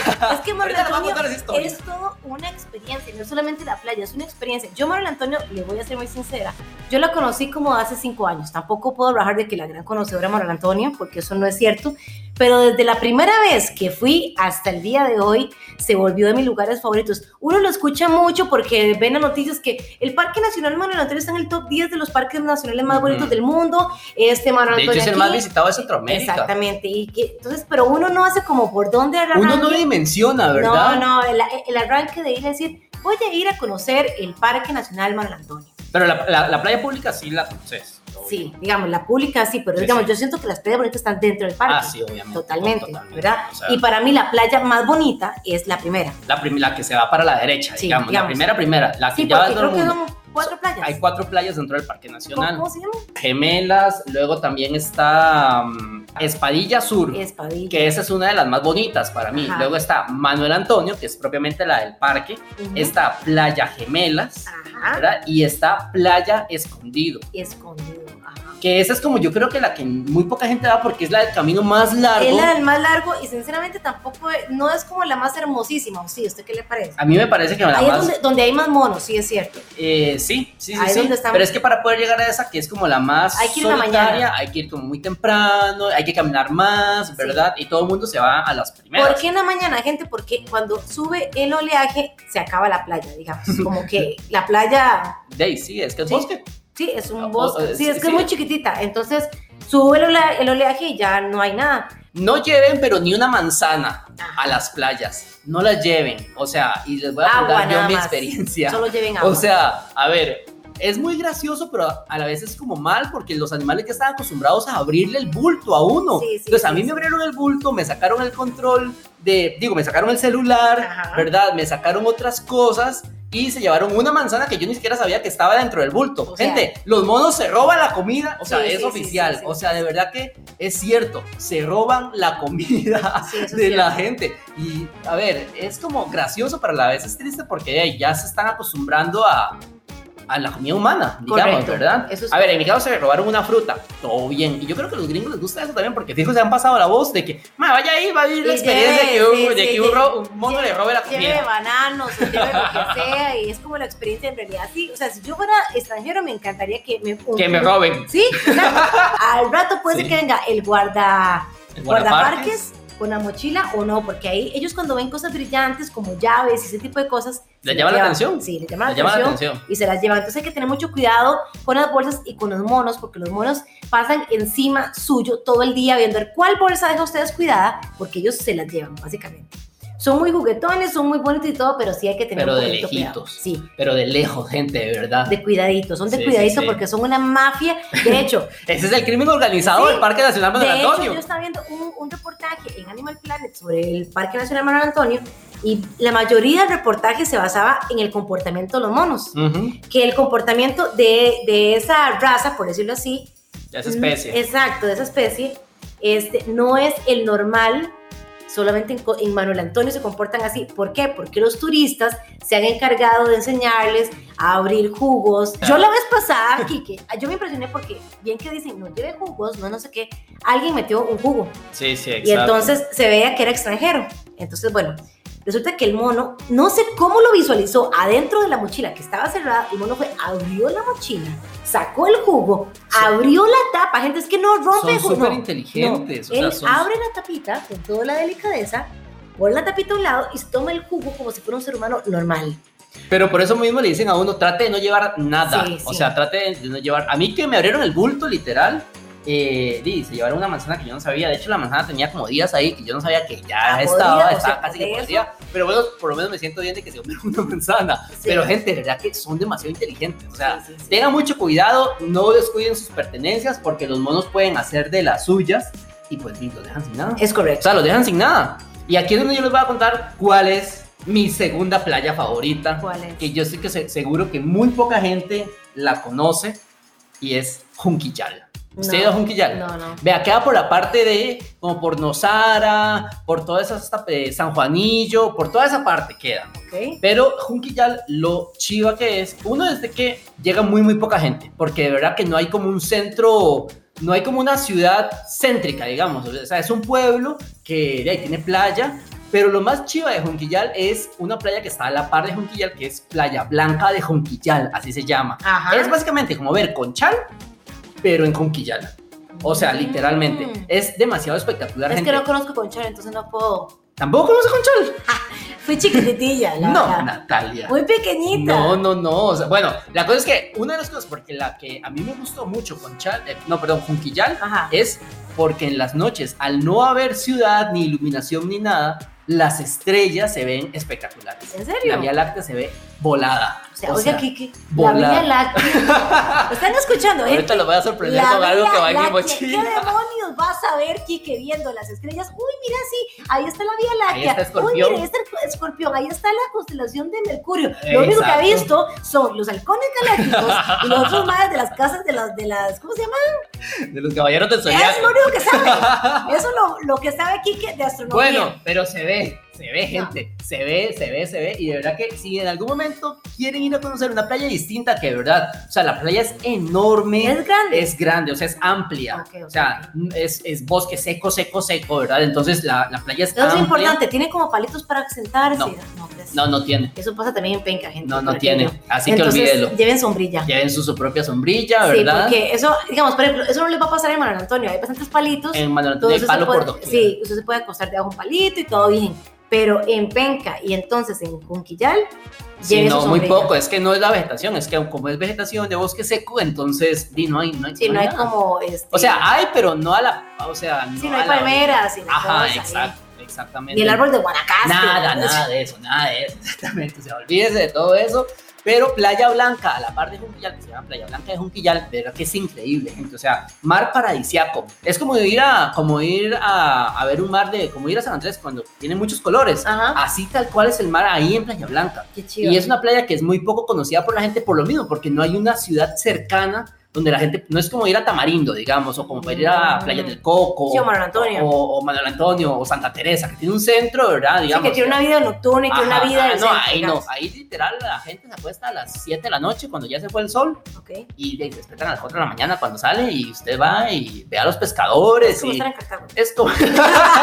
Speaker 1: que Manuel
Speaker 2: ahorita les voy a
Speaker 1: Antonio
Speaker 2: contar esa historia.
Speaker 1: es todo una experiencia, no solamente la playa, es una experiencia. Yo Manuel Antonio, le voy a ser muy sincera, yo la conocí como hace cinco años. Tampoco puedo rajar de que la gran conocedora Manuel Antonio, porque eso no es cierto. Pero desde la primera vez que fui hasta el día de hoy, se volvió de mis lugares favoritos. Uno lo escucha mucho porque ven las noticias que el Parque Nacional Manuel Antonio está en el top 10 de los parques nacionales más
Speaker 2: Ujú.
Speaker 1: bonitos del mundo. Este Manuel
Speaker 2: de hecho,
Speaker 1: Antonio
Speaker 2: es el
Speaker 1: aquí.
Speaker 2: más visitado de Centroamérica.
Speaker 1: Exactamente, y que, entonces, pero uno no hace como por dónde
Speaker 2: Uno no
Speaker 1: arranque.
Speaker 2: dimensiona,
Speaker 1: No,
Speaker 2: ¿verdad?
Speaker 1: no, el, el arranque de ir a decir, voy a ir a conocer el Parque Nacional Manuel Antonio.
Speaker 2: Pero la, la- la playa pública sí la conoces. obvio.
Speaker 1: Sí, digamos, la pública sí, pero
Speaker 2: Sí,
Speaker 1: digamos,
Speaker 2: sí.
Speaker 1: yo siento que las playas bonitas están dentro del parque.
Speaker 2: Ah, sí, obviamente.
Speaker 1: Totalmente,
Speaker 2: Totalmente,
Speaker 1: ¿verdad?
Speaker 2: o sea.
Speaker 1: y para mí la playa más bonita es la primera.
Speaker 2: La, prim- la que se va para la derecha,
Speaker 1: Sí,
Speaker 2: digamos.
Speaker 1: digamos.
Speaker 2: La primera, primera. La que
Speaker 1: Sí,
Speaker 2: ya va
Speaker 1: porque
Speaker 2: todo el
Speaker 1: creo que
Speaker 2: mundo.
Speaker 1: son cuatro playas.
Speaker 2: Hay cuatro playas dentro del Parque
Speaker 1: ¿Cómo,
Speaker 2: Nacional.
Speaker 1: cómo se llama?
Speaker 2: Gemelas, luego también está mm, Espadilla Sur,
Speaker 1: Espadilla.
Speaker 2: que esa es una de las más bonitas para mí.
Speaker 1: Ajá.
Speaker 2: Luego está Manuel Antonio, que es propiamente la del parque.
Speaker 1: Ujú.
Speaker 2: Está Playa Gemelas,
Speaker 1: Ajá.
Speaker 2: ¿verdad? Y está Playa Escondido.
Speaker 1: Escondido. Ajá.
Speaker 2: Que esa es como yo creo que la que muy poca gente va porque es la del camino más largo.
Speaker 1: Es la del más largo y sinceramente tampoco es- no es como la más hermosísima, ¿o sí? ¿Usted qué le parece?
Speaker 2: A mí me parece que Ah, la
Speaker 1: Ahí es
Speaker 2: más...
Speaker 1: donde, donde hay más monos, sí, es cierto.
Speaker 2: Eh, sí, sí, sí,
Speaker 1: Ahí
Speaker 2: sí.
Speaker 1: donde estamos.
Speaker 2: Pero es que para poder llegar a esa, que es como la más
Speaker 1: Hay que ir en la
Speaker 2: solitaria,
Speaker 1: mañana.
Speaker 2: hay que ir como muy temprano, hay que caminar más, ¿verdad? Y todo el mundo se va a las
Speaker 1: ¿Por
Speaker 2: primeras.
Speaker 1: qué en la mañana, gente? Porque cuando sube el oleaje, se acaba la playa, digamos. Como que la playa,
Speaker 2: De ahí, sí, es que es
Speaker 1: Sí.
Speaker 2: bosque.
Speaker 1: sí, es un
Speaker 2: Ah, O-
Speaker 1: bosque.
Speaker 2: o-
Speaker 1: Sí, es que es
Speaker 2: sí.
Speaker 1: muy chiquitita. Entonces, sube el, olea- el oleaje y ya no hay nada.
Speaker 2: No lleven, pero ni una manzana
Speaker 1: Ajá.
Speaker 2: a las playas. No las lleven. O sea, y les voy a
Speaker 1: Agua
Speaker 2: contar yo
Speaker 1: Ah, nada
Speaker 2: mi
Speaker 1: más.
Speaker 2: experiencia.
Speaker 1: Solo lleven agua.
Speaker 2: O sea, a ver, es muy gracioso, pero a la vez es como mal porque los animales ya están acostumbrados a abrirle el bulto a uno.
Speaker 1: Sí, sí,
Speaker 2: Entonces a
Speaker 1: sí,
Speaker 2: mí
Speaker 1: sí.
Speaker 2: me abrieron el bulto, me sacaron el control de, digo, me sacaron el celular,
Speaker 1: Ajá.
Speaker 2: ¿verdad? Me sacaron otras cosas y se llevaron una manzana que yo ni siquiera sabía que estaba dentro del bulto.
Speaker 1: O sea-
Speaker 2: Gente, los monos se roban la comida, o sea,
Speaker 1: Sí,
Speaker 2: es
Speaker 1: sí, sí,
Speaker 2: oficial,
Speaker 1: sí, sí.
Speaker 2: o sea, de verdad que es cierto, se roban la comida
Speaker 1: Sí, eso es
Speaker 2: de la
Speaker 1: cierto.
Speaker 2: gente. Y a ver, es como gracioso, pero a la vez es triste porque ey, ya se están acostumbrando a, a la comida humana, digamos,
Speaker 1: Correcto.
Speaker 2: ¿verdad?
Speaker 1: Eso es-
Speaker 2: A ver, en mi caso se robaron una fruta, todo bien. Y yo creo que a los gringos les gusta eso también porque fijo se han pasado la voz de que, "Ma, vaya ahí, va a vivir la
Speaker 1: Y
Speaker 2: experiencia de que,
Speaker 1: lleve,
Speaker 2: un,
Speaker 1: sí,
Speaker 2: de
Speaker 1: sí,
Speaker 2: que un,
Speaker 1: lleve-
Speaker 2: ro- un mono le robe la
Speaker 1: Lleve
Speaker 2: comida.
Speaker 1: bananos, o lleve lo que sea, y es como la experiencia en realidad. Sí, o sea, si yo fuera extranjera, me encantaría que me.
Speaker 2: Que me roben.
Speaker 1: Sí, o sea, al rato puede ser
Speaker 2: Sí.
Speaker 1: que venga el guarda,
Speaker 2: El guardaparques.
Speaker 1: guardaparques con la mochila o no, porque ahí ellos cuando ven cosas brillantes como llaves y ese tipo de cosas.
Speaker 2: Le
Speaker 1: se las
Speaker 2: llama la
Speaker 1: llevan.
Speaker 2: atención.
Speaker 1: Sí, le llama
Speaker 2: Me
Speaker 1: la
Speaker 2: llama la
Speaker 1: atención.
Speaker 2: atención.
Speaker 1: Y se las llevan. Entonces hay que tener mucho cuidado con las bolsas y con los monos, porque los monos pasan encima suyo todo el día viendo el cuál bolsa deja ustedes cuidada, porque ellos se las llevan, básicamente. Son muy juguetones, son muy bonitos y todo, pero sí hay que tener
Speaker 2: Pero
Speaker 1: un
Speaker 2: de
Speaker 1: poquito cuidado.
Speaker 2: lejitos.
Speaker 1: Sí,
Speaker 2: Pero de lejos, gente, de verdad.
Speaker 1: de cuidadito, son de
Speaker 2: Sí, sí,
Speaker 1: cuidadito
Speaker 2: sí.
Speaker 1: porque son una mafia. De hecho,
Speaker 2: Ese es el crimen organizado
Speaker 1: Sí.
Speaker 2: del Parque Nacional Manuel
Speaker 1: De hecho,
Speaker 2: Antonio.
Speaker 1: yo estaba viendo un, un reportaje en Animal Planet sobre el Parque Nacional Manuel Antonio y la mayoría del reportaje se basaba en el comportamiento de los monos,
Speaker 2: Ujú,
Speaker 1: que el comportamiento de, de esa raza, por decirlo así,
Speaker 2: de Esa especie.
Speaker 1: mm, exacto, de esa especie, este, no es el normal. Solamente en, co- en Manuel Antonio se comportan así. ¿Por qué? Porque los turistas se han encargado de enseñarles a abrir jugos. Yo la vez pasada, Kike, yo me impresioné porque bien que dicen, no lleven jugos, no, no sé qué. Alguien metió un jugo.
Speaker 2: Sí, sí,
Speaker 1: Y entonces se veía que era extranjero. Entonces, bueno, resulta que el mono, no sé cómo lo visualizó, adentro de la mochila que estaba cerrada, el mono fue, abrió la mochila, sacó el jugo, abrió la tapa. Gente, es que no rompe
Speaker 2: son
Speaker 1: el jugo.
Speaker 2: súper
Speaker 1: no,
Speaker 2: inteligentes.
Speaker 1: él
Speaker 2: o sea, son...
Speaker 1: abre la tapita con toda la delicadeza, pone la tapita a un lado y se toma el jugo como si fuera un ser humano normal.
Speaker 2: Pero por eso mismo le dicen a uno, trate de no llevar nada.
Speaker 1: Sí,
Speaker 2: O
Speaker 1: sí.
Speaker 2: sea, trate de no llevar... A mí que me abrieron el bulto, literal, eh, di, se llevaron una manzana que yo no sabía. De hecho, la manzana tenía como días ahí que yo no sabía que ya
Speaker 1: Ah,
Speaker 2: estaba,
Speaker 1: podría, o
Speaker 2: estaba
Speaker 1: sea,
Speaker 2: casi que
Speaker 1: por
Speaker 2: podría. Pero bueno, por lo menos me siento bien de que se comieron una manzana.
Speaker 1: Sí.
Speaker 2: Pero gente, de verdad que son demasiado inteligentes. O sea,
Speaker 1: Sí, sí, sí.
Speaker 2: Tengan mucho cuidado, no descuiden sus pertenencias porque los monos pueden hacer de las suyas y pues sí, los dejan sin nada.
Speaker 1: Es
Speaker 2: O
Speaker 1: correcto.
Speaker 2: sea, los dejan sin nada. Y aquí es donde yo les voy a contar cuál es mi segunda playa favorita,
Speaker 1: ¿Cuál es?
Speaker 2: que yo estoy que se- seguro que muy poca gente la conoce y es Junquillal. ¿Usted ha ido a Junquillal?
Speaker 1: No, no.
Speaker 2: Vea, queda por la parte de, como por Nosara, por toda esa, hasta, eh, San Juanillo, por toda esa parte queda.
Speaker 1: Ok.
Speaker 2: Pero Junquillal, lo chiva que es, uno desde que llega muy, muy poca gente, porque de verdad que no hay como un centro, no hay como una ciudad céntrica, digamos. O sea, es un pueblo que de ahí tiene playa, pero lo más chiva de Junquillal es una playa que está a la par de Junquillal, que es Playa Blanca de Junquillal, así se llama.
Speaker 1: Ajá.
Speaker 2: Es básicamente como ver Conchal, pero en Junquillal. O sea, literalmente,
Speaker 1: Mm.
Speaker 2: es demasiado espectacular,
Speaker 1: Es
Speaker 2: gente.
Speaker 1: que no conozco Conchal, entonces no puedo.
Speaker 2: ¿Tampoco conoce Conchal?
Speaker 1: Fui chiquititilla, la
Speaker 2: no,
Speaker 1: verdad.
Speaker 2: Natalia.
Speaker 1: Muy pequeñita.
Speaker 2: No, no, no. o sea, bueno, la cosa es que una de las cosas, porque la que a mí me gustó mucho con Chal, eh, no, perdón, Junquillal,
Speaker 1: Ajá.
Speaker 2: es porque en las noches, al no haber ciudad, ni iluminación, ni nada, las estrellas se ven espectaculares.
Speaker 1: ¿En
Speaker 2: La
Speaker 1: serio?
Speaker 2: Vía Láctea se ve volada.
Speaker 1: o sea, oiga, Kiki, la
Speaker 2: volar.
Speaker 1: Vía Láctea. ¿Están escuchando, eh?
Speaker 2: Ahorita los voy a sorprender
Speaker 1: La
Speaker 2: con algo
Speaker 1: Vía
Speaker 2: que va en mi
Speaker 1: Láctea. ¿Qué
Speaker 2: mochila.
Speaker 1: demonios vas a ver, Kike, viendo las estrellas? Uy, mira, sí, ahí está la Vía Láctea.
Speaker 2: Ahí está Escorpión.
Speaker 1: Uy, mira, ahí está el escorpión, ahí está la constelación de Mercurio. Lo único que ha visto
Speaker 2: Exacto.
Speaker 1: son los halcones galácticos y los otros madres de las casas de las, de las, ¿cómo se llama?
Speaker 2: De los caballeros del
Speaker 1: Es lo
Speaker 2: zodiaco.
Speaker 1: único que sabe. Eso es lo, lo que sabe Kike de astronomía.
Speaker 2: Bueno, pero se ve, se ve, gente. Se ve, se ve, se ve. Y de verdad que si en algún momento quieren ir a conocer una playa distinta, que de verdad, o sea, la playa es enorme.
Speaker 1: es grande.
Speaker 2: es grande, o sea, es amplia.
Speaker 1: Ok, ok.
Speaker 2: O sea, es, es bosque seco, seco, seco, ¿verdad? Entonces la, la playa es
Speaker 1: Eso es
Speaker 2: amplia.
Speaker 1: importante, tiene como palitos para sentarse.
Speaker 2: Ah, No.
Speaker 1: pues,
Speaker 2: No, no tiene.
Speaker 1: Eso pasa también en penca, gente.
Speaker 2: No, no
Speaker 1: por
Speaker 2: tiene.
Speaker 1: ejemplo.
Speaker 2: Así
Speaker 1: Entonces,
Speaker 2: que olvídelo.
Speaker 1: Lleven sombrilla.
Speaker 2: Lleven su, su propia sombrilla,
Speaker 1: Sí,
Speaker 2: ¿verdad?
Speaker 1: porque eso, digamos, por ejemplo, eso no le va a pasar a Manuel Antonio. Hay bastantes palitos.
Speaker 2: en Manuel Antonio hay
Speaker 1: entonces
Speaker 2: palo
Speaker 1: se puede-
Speaker 2: por doquier.
Speaker 1: Sí, usted se puede acostar debajo de un palito y todo bien. Pero en penca y entonces en Junquillal,
Speaker 2: Sí,
Speaker 1: lleve su
Speaker 2: no, muy
Speaker 1: sombrilla.
Speaker 2: poco. Es que no es la vegetación, es que como es vegetación de bosque seco, entonces di, no hay, no hay,
Speaker 1: Sí, no hay
Speaker 2: nada.
Speaker 1: como. Este,
Speaker 2: O sea, hay, pero no a la, o sea, no
Speaker 1: sí, no
Speaker 2: a
Speaker 1: hay
Speaker 2: la-
Speaker 1: palmeras. sí, no hay
Speaker 2: Ajá,
Speaker 1: cosas,
Speaker 2: exacto, exactamente.
Speaker 1: Ni el ¿eh? árbol de Guanacaste.
Speaker 2: Nada,
Speaker 1: ¿no?
Speaker 2: nada de eso, nada de eso, exactamente. O sea, olvídese de todo eso. Pero Playa Blanca, a la par de Junquillal, que se llama Playa Blanca de Junquillal, de verdad que es increíble, gente. O sea, mar paradisiaco. Es como ir a, como ir a, a ver un mar de, como ir a San Andrés cuando tiene muchos colores.
Speaker 1: Ajá.
Speaker 2: Así tal cual es el mar ahí en Playa Blanca.
Speaker 1: Qué chido.
Speaker 2: Y es una playa que es muy poco conocida por la gente por lo mismo, porque no hay una ciudad cercana donde la gente, no es como ir a Tamarindo, digamos, o como para ir a
Speaker 1: Mm.
Speaker 2: Playa del Coco,
Speaker 1: Sí, Omar Antonio.
Speaker 2: o, o Manuel Antonio, o Santa Teresa, que tiene un centro, ¿verdad?
Speaker 1: Sí,
Speaker 2: Digamos,
Speaker 1: que tiene una vida nocturna y tiene una
Speaker 2: Ajá,
Speaker 1: vida.
Speaker 2: ah, no,
Speaker 1: decente,
Speaker 2: ahí no,
Speaker 1: digamos.
Speaker 2: ahí literal la gente se acuesta a las 7 de la noche cuando ya se fue el sol
Speaker 1: Ok.
Speaker 2: y de- se despiertan a las 4 de la mañana cuando sale y usted va y ve a los pescadores
Speaker 1: ¿Cómo
Speaker 2: y
Speaker 1: Pues están en Cartago?
Speaker 2: esto.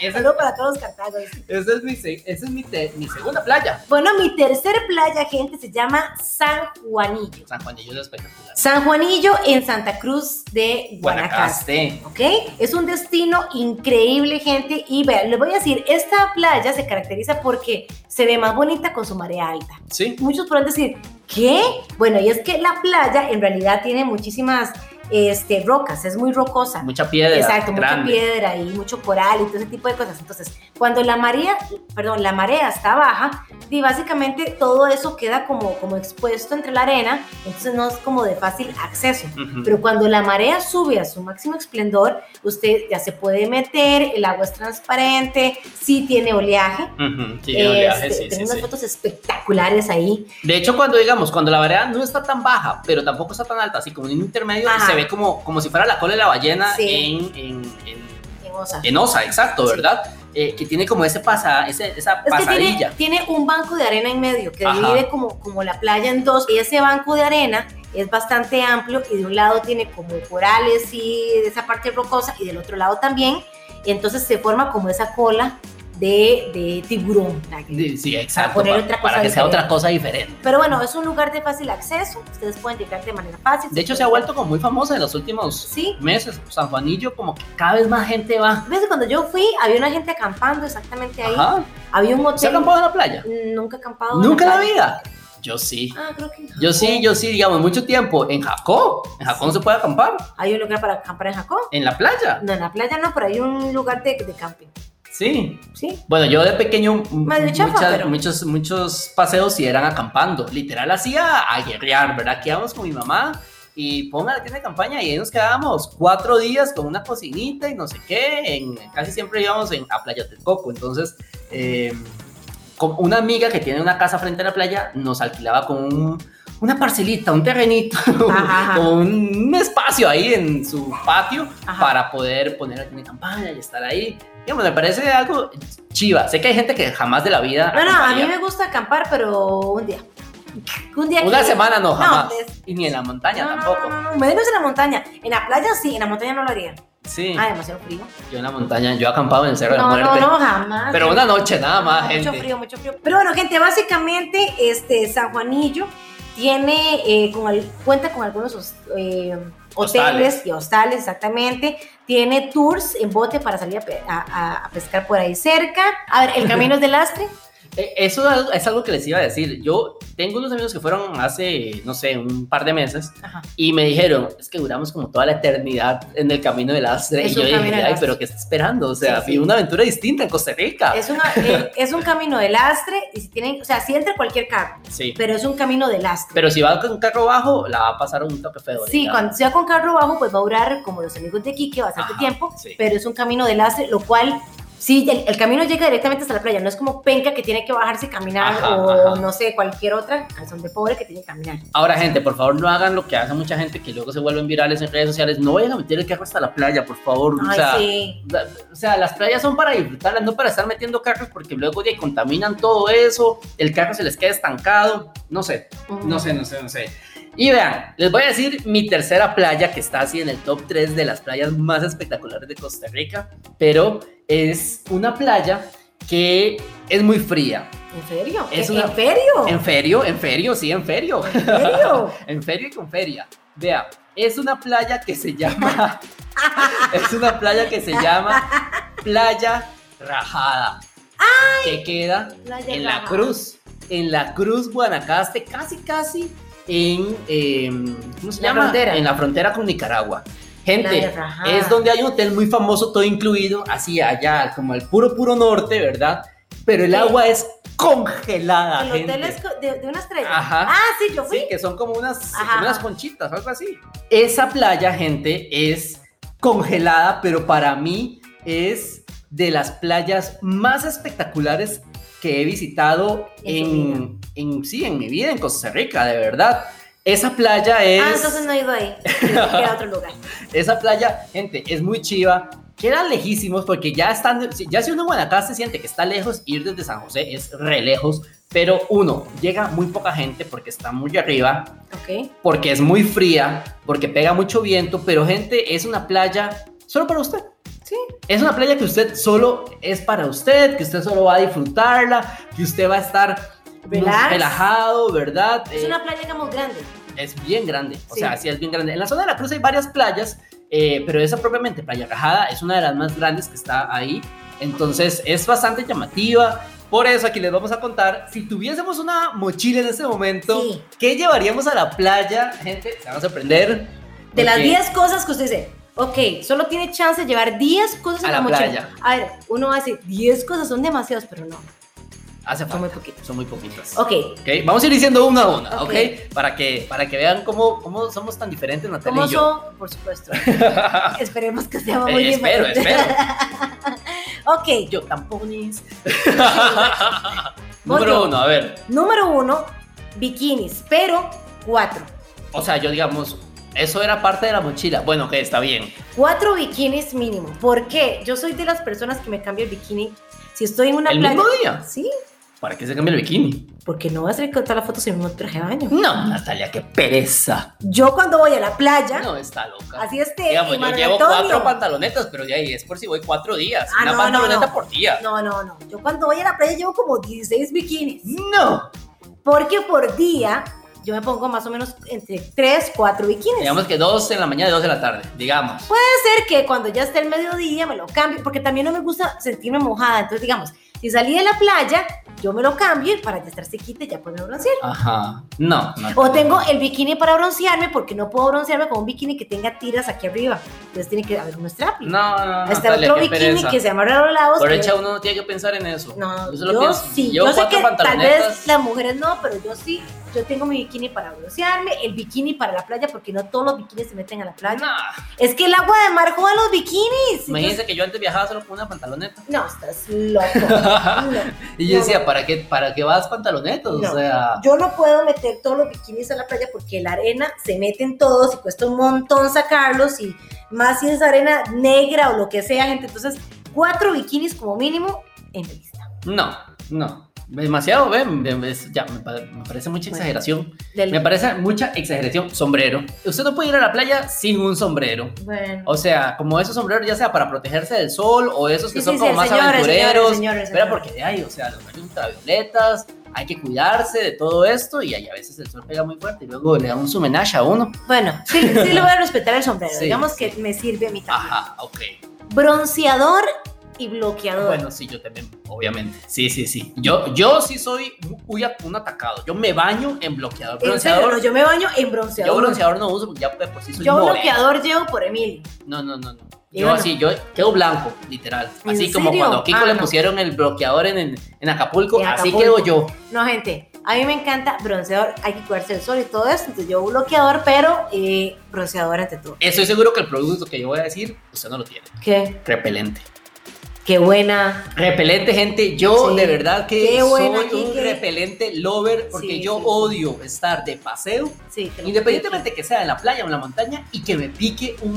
Speaker 2: Ese-
Speaker 1: Saludo para todos los cartagos.
Speaker 2: esa es mi, se- esa es mi, te- mi segunda playa.
Speaker 1: Bueno, mi tercer playa, gente, se llama San Juanillo.
Speaker 2: San Juan de Dios es espectacular.
Speaker 1: San Juanillo en Santa Cruz de Guanacaste.
Speaker 2: Guanacaste.
Speaker 1: ¿ok? Es un destino increíble, gente. Y vean, les voy a decir, esta playa se caracteriza porque se ve más bonita con su marea alta.
Speaker 2: Sí.
Speaker 1: Muchos podrán decir, ¿qué? Bueno, y es que la playa en realidad tiene muchísimas este, rocas, es muy rocosa.
Speaker 2: Mucha piedra.
Speaker 1: Exacto, mucha
Speaker 2: grande.
Speaker 1: piedra y mucho coral y todo ese tipo de cosas. Entonces, cuando la marea, perdón, la marea está baja, y básicamente todo eso queda como, como expuesto entre la arena, entonces no es como de fácil acceso.
Speaker 2: Ujú.
Speaker 1: Pero cuando la marea sube a su máximo esplendor, usted ya se puede meter, el agua es transparente, sí tiene oleaje.
Speaker 2: Ujú, sí,
Speaker 1: Este,
Speaker 2: oleaje, sí,
Speaker 1: tengo
Speaker 2: sí,
Speaker 1: unas
Speaker 2: sí.
Speaker 1: fotos espectaculares ahí.
Speaker 2: De hecho, cuando digamos, cuando la variedad no está tan baja, pero tampoco está tan alta, así como en un intermedio,
Speaker 1: Ajá.
Speaker 2: se ve como, como si fuera la cola de la ballena
Speaker 1: Sí.
Speaker 2: en, en, en-
Speaker 1: en Osa.
Speaker 2: en Osa, exacto,
Speaker 1: Sí.
Speaker 2: ¿verdad? Eh, que tiene como ese pasa, ese, esa
Speaker 1: Es que tiene,
Speaker 2: pasadilla.
Speaker 1: tiene un banco de arena en medio que
Speaker 2: Ajá.
Speaker 1: divide como, como la playa en dos. Y ese banco de arena es bastante amplio y de un lado tiene como corales y de esa parte rocosa y del otro lado también. Y entonces se forma como esa cola de, de tiburón. la que-
Speaker 2: Sí, sí, exacto.
Speaker 1: poner
Speaker 2: Para,
Speaker 1: otra cosa
Speaker 2: para que sea
Speaker 1: diferente.
Speaker 2: otra cosa diferente.
Speaker 1: Pero bueno, es un lugar de fácil acceso. Ustedes pueden llegar de manera fácil.
Speaker 2: De hecho, se ha vuelto como muy famosa en los últimos
Speaker 1: Sí.
Speaker 2: meses. San Juanillo, como que cada vez más gente va.
Speaker 1: ¿Ves? Cuando yo fui, había una gente acampando exactamente ahí.
Speaker 2: Ajá.
Speaker 1: Había un
Speaker 2: ¿Se ha
Speaker 1: hotel.
Speaker 2: acampado en la playa?
Speaker 1: Nunca acampado.
Speaker 2: Nunca en la
Speaker 1: Ajá.
Speaker 2: vida. Yo sí.
Speaker 1: Ah, creo que. en
Speaker 2: Yo
Speaker 1: Jacó.
Speaker 2: sí, yo sí, digamos, mucho tiempo. En Jacó. En Jacó no se puede acampar.
Speaker 1: Hay un lugar para acampar en Jacó.
Speaker 2: En la playa.
Speaker 1: No, en la playa no, pero hay un lugar de, de camping.
Speaker 2: Sí.
Speaker 1: Sí.
Speaker 2: Bueno, yo de pequeño m-
Speaker 1: Madre chafa,
Speaker 2: muchas-
Speaker 1: pero-
Speaker 2: muchos, muchos paseos sí eran acampando, literal hacía a guerrear, ¿verdad? Que íbamos con mi mamá y ponga la tienda de campaña y ahí nos quedábamos cuatro días con una cocinita y no sé qué, en, casi siempre íbamos en, a Playa del Coco, entonces eh, con una amiga que tiene una casa frente a la playa nos alquilaba con un- una parcelita, un terrenito,
Speaker 1: Ajá, ajá.
Speaker 2: con un espacio ahí en su patio
Speaker 1: Ajá.
Speaker 2: para poder poner la tienda de campaña y estar ahí. Digamos, me parece algo chiva. Sé que hay gente que jamás de la vida.
Speaker 1: No, no, a mí
Speaker 2: acamparía.
Speaker 1: me gusta acampar, pero un día. Un día
Speaker 2: Una
Speaker 1: que-
Speaker 2: semana no,
Speaker 1: No,
Speaker 2: jamás.
Speaker 1: es-
Speaker 2: Y ni en la montaña
Speaker 1: No, no,
Speaker 2: tampoco.
Speaker 1: no, no, no, menos en la montaña. En la playa sí, en la montaña no lo haría.
Speaker 2: Sí,
Speaker 1: Ah, demasiado frío.
Speaker 2: yo en la montaña, yo he acampado en el Cerro de la
Speaker 1: No, no,
Speaker 2: Muerte.
Speaker 1: no, jamás.
Speaker 2: Pero una noche nada más,
Speaker 1: mucho
Speaker 2: gente.
Speaker 1: frío, mucho frío. Pero bueno, gente, básicamente este San Juanillo tiene eh, con al- cuenta con algunos hos- eh, hoteles
Speaker 2: Hostales.
Speaker 1: y hostales, exactamente. Tiene tours en bote para salir a, pe- a- a- a pescar por ahí cerca. A ver, el camino es de lastre.
Speaker 2: Eh, Eso es algo- es algo que les iba a decir. Yo tengo unos amigos que fueron hace, no sé, un par de meses
Speaker 1: Ajá.
Speaker 2: y me dijeron, es que duramos como toda la eternidad en el camino del Astre.
Speaker 1: Es
Speaker 2: Y yo
Speaker 1: un
Speaker 2: dije,
Speaker 1: camino del
Speaker 2: ay,
Speaker 1: lastre".
Speaker 2: pero ¿qué está esperando? O sea,
Speaker 1: Sí, sí.
Speaker 2: una aventura distinta en Costa Rica.
Speaker 1: Es, una- eh, es un camino de lastre y si tienen, o sea, si entra cualquier carro,
Speaker 2: Sí.
Speaker 1: pero es un camino de lastre.
Speaker 2: Pero si va con carro bajo, la va a pasar un toque feo.
Speaker 1: Sí,
Speaker 2: digamos.
Speaker 1: cuando sea con carro bajo, pues va a durar como los amigos de Quique bastante
Speaker 2: Ajá,
Speaker 1: tiempo,
Speaker 2: sí.
Speaker 1: pero es un camino de lastre, lo cual, sí, el, el camino llega directamente hasta la playa, no es como penca que tiene que bajarse y caminar
Speaker 2: Ajá,
Speaker 1: o
Speaker 2: ajá.
Speaker 1: no sé, cualquier otra canción de pobre que tiene que caminar.
Speaker 2: Ahora, gente, por favor, no hagan lo que hace mucha gente que luego se vuelven virales en redes sociales. No vayan a meter el carro hasta la playa, por favor. o,
Speaker 1: Ay,
Speaker 2: sea,
Speaker 1: sí.
Speaker 2: la- o sea, las playas son para disfrutarlas, no para estar metiendo carros porque luego ya contaminan todo eso. El carro se les queda estancado. No sé,
Speaker 1: Ujú.
Speaker 2: no sé, no sé, no sé. Y vean, les voy a decir mi tercera playa que está así en el top 3 de las playas más espectaculares de Costa Rica, pero es una playa que es muy fría.
Speaker 1: ¿En serio?
Speaker 2: Es
Speaker 1: ¿En,
Speaker 2: una-
Speaker 1: en serio?
Speaker 2: En ferio, en ferio, sí, en ferio.
Speaker 1: ¿En serio?
Speaker 2: en feria y con feria. Vea, es una playa que se llama. es una playa que se llama Playa Rajada. Que queda
Speaker 1: Playa
Speaker 2: en La
Speaker 1: Rajada.
Speaker 2: Cruz. En La Cruz, Guanacaste, casi, casi en. em, ¿Cómo se
Speaker 1: La
Speaker 2: llama?
Speaker 1: frontera.
Speaker 2: En la frontera con Nicaragua. Gente,
Speaker 1: Playa Rajada.
Speaker 2: es donde hay un hotel muy famoso, todo incluido, así allá, como el puro, puro norte, ¿verdad? Pero el
Speaker 1: Sí.
Speaker 2: agua es congelada.
Speaker 1: El
Speaker 2: gente.
Speaker 1: hotel es co- de, de una estrella.
Speaker 2: Ajá.
Speaker 1: Ah, sí, yo fui.
Speaker 2: Sí, que son como unas,
Speaker 1: Ajá,
Speaker 2: como unas
Speaker 1: ajá.
Speaker 2: conchitas, algo así. Esa playa, gente, es congelada, pero para mí es de las playas más espectaculares que he visitado
Speaker 1: En
Speaker 2: en,
Speaker 1: tu
Speaker 2: en- sí, en mi vida, en Costa Rica, de verdad. Esa playa es,
Speaker 1: Ah, entonces no he ido ahí. Era otro lugar.
Speaker 2: esa playa, gente, es muy chiva. Quedan lejísimos porque ya están, ya si uno en Guanacaste siente que está lejos, ir desde San José es re lejos, pero uno, llega muy poca gente porque está muy arriba,
Speaker 1: Ok.
Speaker 2: porque es muy fría, porque pega mucho viento, pero gente, es una playa solo para usted.
Speaker 1: Sí.
Speaker 2: Es una playa que usted solo es para usted, que usted solo va a disfrutarla, que usted va a estar pues,
Speaker 1: Relax.
Speaker 2: relajado, ¿verdad?
Speaker 1: Es
Speaker 2: Eh,
Speaker 1: una playa que es muy grande.
Speaker 2: es bien grande, o
Speaker 1: Sí.
Speaker 2: sea, sí es bien grande. En la zona de la Cruz hay varias playas, eh, pero esa propiamente, Playa Rajada, es una de las más grandes que está ahí. Entonces es bastante llamativa. Por eso aquí les vamos a contar, si tuviésemos una mochila en este momento,
Speaker 1: Sí.
Speaker 2: ¿qué llevaríamos a la playa? Gente, se van a sorprender.
Speaker 1: De las
Speaker 2: porque
Speaker 1: 10 cosas que usted dice, ok, solo tiene chance de llevar 10 cosas
Speaker 2: A
Speaker 1: en
Speaker 2: la
Speaker 1: la mochila.
Speaker 2: playa.
Speaker 1: A ver, uno hace 10 cosas, son demasiadas, pero no,
Speaker 2: Hace
Speaker 1: son
Speaker 2: falta.
Speaker 1: muy poquitas.
Speaker 2: Son muy poquitas.
Speaker 1: Ok,
Speaker 2: Ok, Vamos a ir diciendo una a una, ¿ok?
Speaker 1: Ok.
Speaker 2: Para, que, para que vean cómo, cómo somos tan diferentes, Natalia
Speaker 1: ¿cómo
Speaker 2: y yo.
Speaker 1: son? Por supuesto. Esperemos que sea muy
Speaker 2: Eh, espero,
Speaker 1: diferente.
Speaker 2: espero.
Speaker 1: Ok,
Speaker 2: Yo tampones. Número
Speaker 1: yo.
Speaker 2: uno, a ver.
Speaker 1: número uno, bikinis, pero cuatro.
Speaker 2: O sea, yo digamos, eso era parte de la mochila. Bueno, que está bien.
Speaker 1: Cuatro bikinis mínimo. ¿Por qué? Yo soy de las personas que me cambio el bikini. Si estoy en una
Speaker 2: ¿El
Speaker 1: playa.
Speaker 2: mismo día?
Speaker 1: Sí,
Speaker 2: ¿Para qué se cambia el bikini?
Speaker 1: porque no vas a recortar la foto sin un traje de baño.
Speaker 2: No, Natalia, qué pereza.
Speaker 1: Yo cuando voy a la playa,
Speaker 2: No, está loca.
Speaker 1: así esté.
Speaker 2: Digamos, yo
Speaker 1: Emanuel
Speaker 2: llevo
Speaker 1: Antonio.
Speaker 2: cuatro pantalonetas, pero de ahí es por si voy cuatro días.
Speaker 1: Ah,
Speaker 2: Una
Speaker 1: no, no,
Speaker 2: pantaloneta
Speaker 1: no.
Speaker 2: por día.
Speaker 1: No, no, no. Yo cuando voy a la playa llevo como 16 bikinis.
Speaker 2: No.
Speaker 1: Porque por día yo me pongo más o menos entre 3, 4 bikinis.
Speaker 2: Digamos que dos en la mañana y dos de la tarde, digamos.
Speaker 1: Puede ser que cuando ya esté el mediodía me lo cambie, porque también no me gusta sentirme mojada. Entonces, digamos, si salí de la playa, yo me lo cambio para ya estar sequita y ya ponerme a broncear.
Speaker 2: Ajá. No. no.
Speaker 1: O tengo el bikini para broncearme, porque no puedo broncearme con un bikini que tenga tiras aquí arriba. Entonces tiene que haber un strappy.
Speaker 2: No, no, no.
Speaker 1: Está
Speaker 2: Natalia,
Speaker 1: este otro
Speaker 2: qué
Speaker 1: bikini
Speaker 2: pereza.
Speaker 1: que se amarra a los lados.
Speaker 2: Por
Speaker 1: que-
Speaker 2: hecha uno no tiene que pensar en eso.
Speaker 1: No,
Speaker 2: Yo
Speaker 1: yo,
Speaker 2: solo pienso,
Speaker 1: sí.
Speaker 2: llevo
Speaker 1: Yo sé
Speaker 2: cuatro
Speaker 1: que tal
Speaker 2: pantalonetas.
Speaker 1: vez las mujeres no, pero yo sí. Yo tengo mi bikini para broncearme, el bikini para la playa, porque no todos los bikinis se meten a la playa.
Speaker 2: Nah,
Speaker 1: Es que el agua de mar juega los bikinis.
Speaker 2: me dice que yo antes viajaba solo con una pantaloneta.
Speaker 1: Entonces- no, estás loco. No.
Speaker 2: Y yo
Speaker 1: No.
Speaker 2: decía, ¿para qué, para qué vas pantalonetas?
Speaker 1: No.
Speaker 2: O sea,
Speaker 1: Yo no puedo meter todos los bikinis a la playa porque la arena se meten todos y cuesta un montón sacarlos y más si es arena negra o lo que sea, gente. Entonces, cuatro bikinis como mínimo en mi lista.
Speaker 2: no, no. Demasiado, ven, ven, es- ya, me, pa- me parece mucha
Speaker 1: Bueno.
Speaker 2: exageración.
Speaker 1: Del-
Speaker 2: Me parece mucha exageración. Sombrero. Usted no puede ir a la playa sin un sombrero.
Speaker 1: Bueno.
Speaker 2: O sea, como esos sombreros, ya sea para protegerse del sol o esos que
Speaker 1: Sí,
Speaker 2: son
Speaker 1: sí, sí,
Speaker 2: como más
Speaker 1: señores,
Speaker 2: aventureros.
Speaker 1: señores, señores,
Speaker 2: Pero
Speaker 1: señores.
Speaker 2: porque, ay, o sea, los rayos ultravioletas, hay que cuidarse de todo esto y ahí a veces el sol pega muy fuerte y luego le da un sumenaje a uno.
Speaker 1: Bueno, sí, sí le voy a respetar el sombrero.
Speaker 2: Sí,
Speaker 1: Digamos
Speaker 2: sí. Ah.
Speaker 1: que me sirve a mí también.
Speaker 2: Ajá, ok.
Speaker 1: Bronceador y bloqueador.
Speaker 2: Bueno, sí, yo también, obviamente. Sí, sí, sí. Yo, yo sí soy muy a- un atacado. Yo me baño en bloqueador.
Speaker 1: En serio,
Speaker 2: Bronceador.
Speaker 1: no, yo me baño en
Speaker 2: Yo
Speaker 1: bronceador.
Speaker 2: bronceador no uso porque ya de por sí soy
Speaker 1: Yo
Speaker 2: moreno.
Speaker 1: bloqueador llevo por Emilio.
Speaker 2: No, no, no, no.
Speaker 1: Yo
Speaker 2: Yo
Speaker 1: no.
Speaker 2: así, yo quedo blanco, literal.
Speaker 1: ¿En
Speaker 2: Así como
Speaker 1: serio?
Speaker 2: cuando a Kiko
Speaker 1: Ah,
Speaker 2: le
Speaker 1: no.
Speaker 2: pusieron el bloqueador en, en, en Acapulco,
Speaker 1: En
Speaker 2: así
Speaker 1: Acapulco.
Speaker 2: quedo yo.
Speaker 1: No, gente, a mí me encanta bronceador. Hay que cuidarse del sol y todo eso. Entonces yo bloqueador, pero eh, bronceador ante todo.
Speaker 2: Estoy seguro que el producto que yo voy a decir, usted no lo tiene.
Speaker 1: Qué,
Speaker 2: Repelente.
Speaker 1: qué buena.
Speaker 2: Repelente, gente. Yo
Speaker 1: Sí.
Speaker 2: de verdad que
Speaker 1: Qué
Speaker 2: soy
Speaker 1: buena,
Speaker 2: un
Speaker 1: Kike.
Speaker 2: repelente lover porque
Speaker 1: Sí,
Speaker 2: yo
Speaker 1: sí, sí.
Speaker 2: odio estar de paseo
Speaker 1: Sí, te lo
Speaker 2: Independientemente que sea en la playa o en la montaña y que me pique un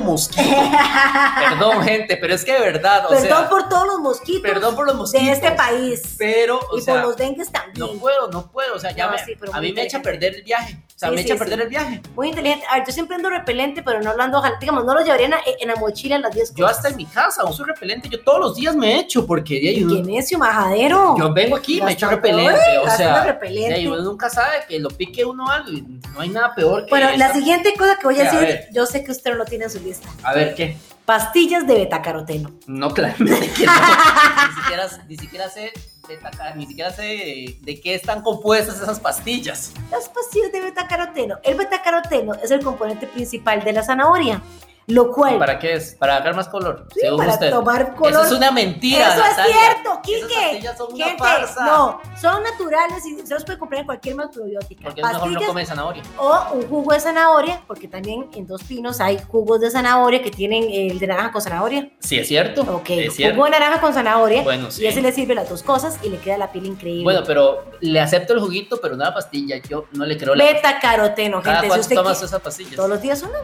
Speaker 2: mosquito. perdón, gente, pero es que de verdad, o
Speaker 1: Perdón
Speaker 2: sea,
Speaker 1: por todos los mosquitos
Speaker 2: perdón por los mosquitos.
Speaker 1: de este país.
Speaker 2: Pero, o
Speaker 1: y
Speaker 2: sea,
Speaker 1: por los dengues también.
Speaker 2: no puedo, no puedo. O sea, ya
Speaker 1: No,
Speaker 2: me-
Speaker 1: sí, pero
Speaker 2: a
Speaker 1: muy
Speaker 2: mí me echa a
Speaker 1: inteligente.
Speaker 2: perder el viaje. O sea,
Speaker 1: Sí,
Speaker 2: me
Speaker 1: sí,
Speaker 2: echa a
Speaker 1: sí.
Speaker 2: perder el viaje.
Speaker 1: Muy inteligente. A ver, yo siempre ando repelente, pero no lo ando, ojalá- digamos, no lo llevaría en la, en la mochila en las 10
Speaker 2: Yo
Speaker 1: cosas.
Speaker 2: hasta en mi casa uso repelente. Yo todos los días me echo porque de ahí
Speaker 1: Y qué
Speaker 2: uno-
Speaker 1: necio, majadero.
Speaker 2: yo vengo aquí y me echo
Speaker 1: Gastando-
Speaker 2: repelente. O
Speaker 1: Gastando
Speaker 2: sea, de
Speaker 1: repelente.
Speaker 2: ahí uno nunca sabe que lo pique uno algo y no hay nada peor que.
Speaker 1: Bueno, la
Speaker 2: esa-
Speaker 1: siguiente cosa que voy a
Speaker 2: Ya, a
Speaker 1: decir,
Speaker 2: ver.
Speaker 1: yo sé que usted no lo tiene en su lista.
Speaker 2: A ver, ¿qué?
Speaker 1: Pastillas de betacaroteno.
Speaker 2: No, claramente que no. ni, siquiera, ni siquiera sé de taca- ni siquiera sé de, de qué están compuestas esas pastillas.
Speaker 1: Las pastillas de betacaroteno. El betacaroteno es el componente principal de la zanahoria, lo cual
Speaker 2: ¿Para qué es? Para dar más color,
Speaker 1: sí,
Speaker 2: según
Speaker 1: para
Speaker 2: usted.
Speaker 1: tomar color.
Speaker 2: Eso es una mentira.
Speaker 1: Eso es
Speaker 2: Natalia.
Speaker 1: cierto.
Speaker 2: esas
Speaker 1: Quique,
Speaker 2: pastillas son una
Speaker 1: gente,
Speaker 2: farsa.
Speaker 1: no, son naturales y se los puede comprar en cualquier macrobiótica.
Speaker 2: Porque es mejor no
Speaker 1: Pastillas
Speaker 2: comer zanahoria.
Speaker 1: o un jugo de zanahoria, porque también en Dos Pinos hay jugos de zanahoria que tienen el de naranja con zanahoria.
Speaker 2: Sí, es cierto.
Speaker 1: Ok,
Speaker 2: Es cierto.
Speaker 1: jugo de naranja con zanahoria.
Speaker 2: Bueno,
Speaker 1: Y
Speaker 2: sí.
Speaker 1: ese le sirve las dos cosas y le queda la piel increíble.
Speaker 2: Bueno, pero le acepto el juguito, pero no la pastilla. Yo no le creo la
Speaker 1: Beta caroteno,
Speaker 2: Cada
Speaker 1: gente. Si
Speaker 2: cuánto
Speaker 1: usted
Speaker 2: tomas
Speaker 1: quiere-
Speaker 2: esas pastillas.
Speaker 1: todos los días uno.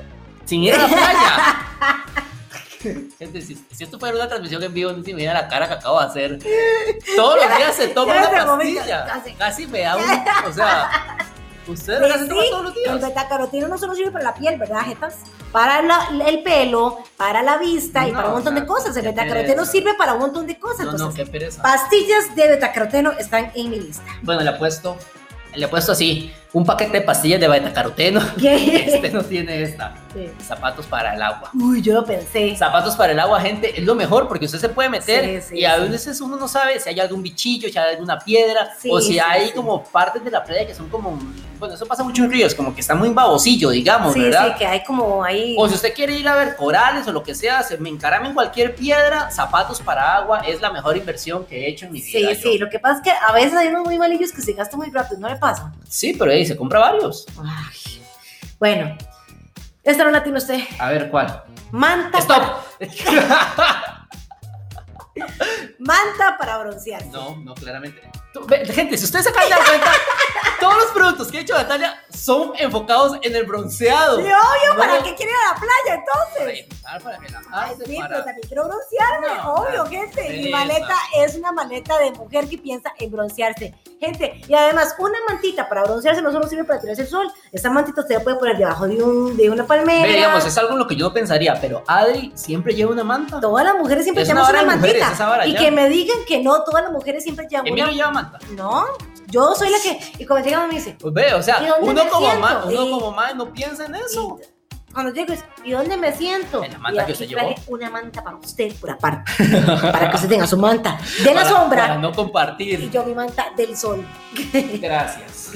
Speaker 2: Sin ir a la playa. Gente, si, si esto fuera una transmisión en vivo, no se imagina la cara que acabo de hacer. Todos los días se toma
Speaker 1: Ya
Speaker 2: una
Speaker 1: en este momento,
Speaker 2: pastilla.
Speaker 1: casi.
Speaker 2: Casi me da un. O sea, ustedes
Speaker 1: Pues
Speaker 2: la se toman
Speaker 1: sí,
Speaker 2: todos los
Speaker 1: El
Speaker 2: días.
Speaker 1: beta caroteno no solo sirve para la piel, ¿verdad, jetas? Para la- el pelo, para la vista y
Speaker 2: No,
Speaker 1: para un montón de
Speaker 2: no,
Speaker 1: cosas. El
Speaker 2: qué
Speaker 1: beta caroteno
Speaker 2: pereza.
Speaker 1: sirve para un montón de cosas.
Speaker 2: No, no,
Speaker 1: Entonces,
Speaker 2: qué pereza.
Speaker 1: pastillas de beta caroteno están en mi lista.
Speaker 2: Bueno, le apuesto. Le apuesto así: un paquete de pastillas de betacaroteno.
Speaker 1: ¿Qué?
Speaker 2: Este no tiene esta. Zapatos para el agua.
Speaker 1: Uy, yo lo pensé.
Speaker 2: Zapatos para el agua, gente, es lo mejor porque usted se puede meter
Speaker 1: Sí, sí,
Speaker 2: y a
Speaker 1: sí.
Speaker 2: veces uno no sabe si hay algún bichillo, si hay alguna piedra
Speaker 1: Sí,
Speaker 2: o si
Speaker 1: sí,
Speaker 2: hay
Speaker 1: sí.
Speaker 2: como partes de la playa que son como, bueno, eso pasa mucho en ríos, como que está muy babosillo, digamos,
Speaker 1: Sí,
Speaker 2: ¿verdad?
Speaker 1: sí, que hay como ahí.
Speaker 2: O si usted quiere ir a ver corales o lo que sea, se me encarame en cualquier piedra, zapatos para agua es la mejor inversión que he hecho en mi
Speaker 1: Sí,
Speaker 2: vida. yo.
Speaker 1: sí, lo que pasa es que a veces hay unos muy malillos que se gastan muy rápido, ¿no le pasa?
Speaker 2: Sí, pero ahí se compra varios.
Speaker 1: Ay. Bueno, esta no la tiene usted.
Speaker 2: A ver, ¿cuál?
Speaker 1: Manta,
Speaker 2: ¡Stop!
Speaker 1: manta para broncear.
Speaker 2: No, no, claramente. Tú- ve, Gente, si ustedes se acaban de dar cuenta, todos los productos que ha hecho Natalia son enfocados en el bronceado.
Speaker 1: Sí, obvio,
Speaker 2: No,
Speaker 1: ¿para
Speaker 2: no.
Speaker 1: qué quiere ir a la playa entonces?
Speaker 2: Para, para
Speaker 1: Ay,
Speaker 2: relajarse,
Speaker 1: sí, pues, pero
Speaker 2: para-
Speaker 1: también quiero broncearme,
Speaker 2: No,
Speaker 1: obvio,
Speaker 2: no,
Speaker 1: gente. Mi
Speaker 2: pereza.
Speaker 1: maleta es una maleta de mujer que piensa en broncearse. Gente, y además, una mantita para broncearse no solo sirve para tirarse el sol. Esa mantita usted la puede poner debajo de, un, de una palmera.
Speaker 2: Ve, digamos, es algo en lo que yo no pensaría, pero Adri siempre lleva una manta.
Speaker 1: Todas las mujeres siempre
Speaker 2: Es
Speaker 1: llevan
Speaker 2: una
Speaker 1: una
Speaker 2: vara de mujeres,
Speaker 1: mantita.
Speaker 2: esa vara
Speaker 1: y
Speaker 2: ya.
Speaker 1: que me digan que no, todas las mujeres siempre llevan
Speaker 2: Emilia
Speaker 1: una.
Speaker 2: no lleva manta.
Speaker 1: No, yo soy la que. Y cuando llegan me dice.
Speaker 2: Pues ve, o
Speaker 1: ¿Y
Speaker 2: sea,
Speaker 1: dónde
Speaker 2: uno
Speaker 1: me
Speaker 2: como,
Speaker 1: siento?
Speaker 2: ma, uno
Speaker 1: Sí.
Speaker 2: como madre no piensa en eso.
Speaker 1: y- Cuando llego es, ¿y dónde me siento?
Speaker 2: En la manta
Speaker 1: Y aquí
Speaker 2: que usted
Speaker 1: traje Una manta para usted, por aparte. para que usted tenga su manta de la
Speaker 2: Para-
Speaker 1: sombra.
Speaker 2: Para no
Speaker 1: Y
Speaker 2: compartir.
Speaker 1: yo mi manta del sol.
Speaker 2: Gracias.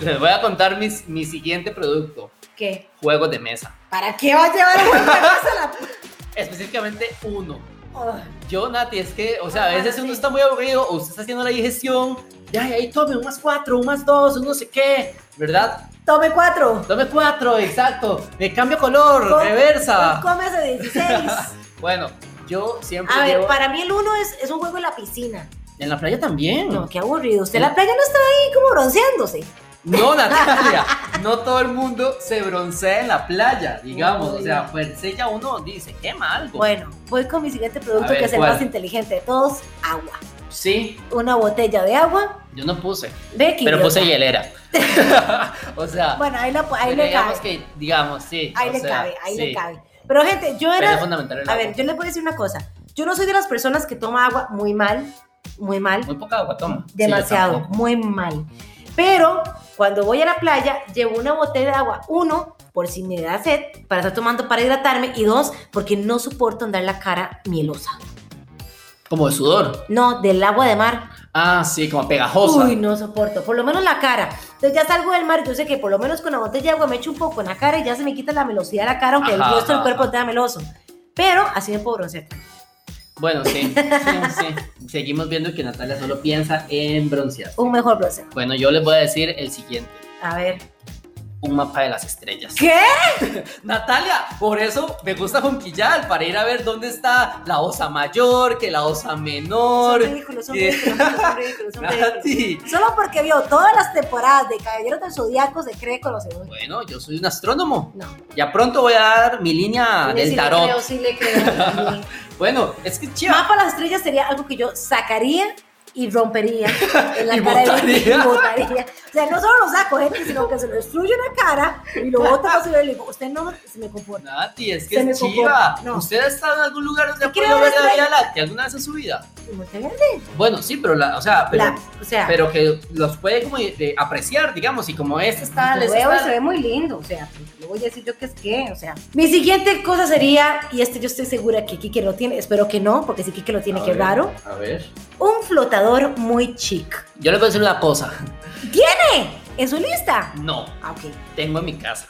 Speaker 2: Les voy a contar mis, mi siguiente producto,
Speaker 1: ¿Qué?
Speaker 2: juegos de mesa.
Speaker 1: ¿Para qué va a llevar un manta a la p-
Speaker 2: Específicamente uno.
Speaker 1: Oh,
Speaker 2: Yo, Nati, es que, o sea, a
Speaker 1: Ajá,
Speaker 2: veces
Speaker 1: Ah, sí.
Speaker 2: uno está muy aburrido o usted está haciendo la digestión. Ya, y ahí tome un más cuatro, un más dos, un no sé qué, ¿verdad?
Speaker 1: Tome cuatro.
Speaker 2: Tome cuatro, exacto. Me cambio color,
Speaker 1: Com-
Speaker 2: reversa.
Speaker 1: Comes de 16.
Speaker 2: Bueno, yo siempre
Speaker 1: A ver,
Speaker 2: llevo-
Speaker 1: para mí el uno es, es un juego en la piscina.
Speaker 2: En la playa también.
Speaker 1: No, qué aburrido. Usted en la playa no está ahí como bronceándose.
Speaker 2: No, Natalia, no todo el mundo se broncea en la playa, digamos.
Speaker 1: Uy.
Speaker 2: O sea, pues ella uno dice, quema algo.
Speaker 1: Bueno, voy con mi siguiente producto
Speaker 2: A ver,
Speaker 1: que es el
Speaker 2: ¿cuál?
Speaker 1: más inteligente de todos, agua.
Speaker 2: Sí,
Speaker 1: Una botella de agua.
Speaker 2: yo no puse,
Speaker 1: Ve que
Speaker 2: pero
Speaker 1: idiota.
Speaker 2: puse hielera. o sea,
Speaker 1: Bueno, ahí, la- ahí
Speaker 2: pero
Speaker 1: le
Speaker 2: digamos
Speaker 1: cabe.
Speaker 2: que, digamos, sí.
Speaker 1: Ahí
Speaker 2: o
Speaker 1: le
Speaker 2: sea,
Speaker 1: cabe, ahí le
Speaker 2: sí.
Speaker 1: cabe. Pero gente, yo
Speaker 2: Pero es
Speaker 1: era...
Speaker 2: fundamental el
Speaker 1: A
Speaker 2: agua.
Speaker 1: ver, yo les voy a decir una cosa. Yo no soy de las personas que toma agua muy mal, muy mal.
Speaker 2: Muy poca agua toma. Sí, yo
Speaker 1: demasiado,
Speaker 2: tampoco.
Speaker 1: muy mal. Pero cuando voy a la playa, llevo una botella de agua. Uno, por si me da sed, para estar tomando para hidratarme. Y dos, porque no soporto andar la cara mielosa.
Speaker 2: como de sudor.
Speaker 1: No, del agua de mar.
Speaker 2: Ah, sí, como pegajosa.
Speaker 1: Uy, no soporto. Por lo menos la cara. Entonces ya salgo del mar. Yo sé que por lo menos con la botella de agua me echo un poco en la cara y ya se me quita la velocidad de la cara, aunque
Speaker 2: Ajá,
Speaker 1: el resto del
Speaker 2: ajá,
Speaker 1: cuerpo
Speaker 2: ajá.
Speaker 1: está meloso. Pero así me puedo broncear.
Speaker 2: Bueno, sí, sí, sí. Seguimos viendo que Natalia solo piensa en broncear.
Speaker 1: Un mejor broncear.
Speaker 2: Bueno, yo les voy a decir el siguiente.
Speaker 1: A ver.
Speaker 2: Un mapa de las estrellas.
Speaker 1: ¿Qué?
Speaker 2: Natalia, por eso me gusta Jonquillal, para ir a ver dónde está la osa mayor, que la osa
Speaker 1: Son
Speaker 2: menor. Ah,
Speaker 1: ridículos, son ridículos, son ridículos, son ridículos.
Speaker 2: Nati.
Speaker 1: Solo porque vio todas las temporadas de Caballeros del Zodíaco se cree conocedor.
Speaker 2: Bueno, yo soy un astrónomo.
Speaker 1: No.
Speaker 2: Ya pronto voy a dar mi línea
Speaker 1: Sí,
Speaker 2: Ah, del
Speaker 1: sí
Speaker 2: tarot.
Speaker 1: Le creo, sí le creo. Sí.
Speaker 2: Bueno, es que chiva.
Speaker 1: Mapa a las estrellas sería algo que yo sacaría y rompería en la
Speaker 2: Y
Speaker 1: cara de
Speaker 2: botaría.
Speaker 1: y botaría. O sea, no solo lo saco, gente, sino que se lo destruyo en la cara y lo boto para su y le digo, usted no se me comporta.
Speaker 2: Nati, es
Speaker 1: Se
Speaker 2: que
Speaker 1: me
Speaker 2: es chiva.
Speaker 1: comporta, no.
Speaker 2: ¿Usted ha estado en algún lugar donde ha
Speaker 1: quiere
Speaker 2: podido
Speaker 1: ver
Speaker 2: ver la
Speaker 1: estrellas?
Speaker 2: Vía Láctea alguna vez en su vida?
Speaker 1: Y me dice, "Ven,
Speaker 2: Bueno, sí, pero la, o sea, pero,
Speaker 1: la- o sea,
Speaker 2: pero que los puede como eh, apreciar, digamos, y como este está,
Speaker 1: lo
Speaker 2: este
Speaker 1: veo y
Speaker 2: está-
Speaker 1: se ve muy lindo, o sea, le voy a decir yo que es que, o sea. Mi siguiente cosa sería, y este yo estoy segura que Kike lo tiene, espero que no, porque si Kike lo tiene,
Speaker 2: A
Speaker 1: qué
Speaker 2: ver,
Speaker 1: raro.
Speaker 2: A ver.
Speaker 1: Un flotador muy chic.
Speaker 2: Yo le voy a decir una cosa.
Speaker 1: ¡Tiene! ¡Eh! ¿En su lista?
Speaker 2: No,
Speaker 1: Ah, ok.
Speaker 2: tengo en mi casa.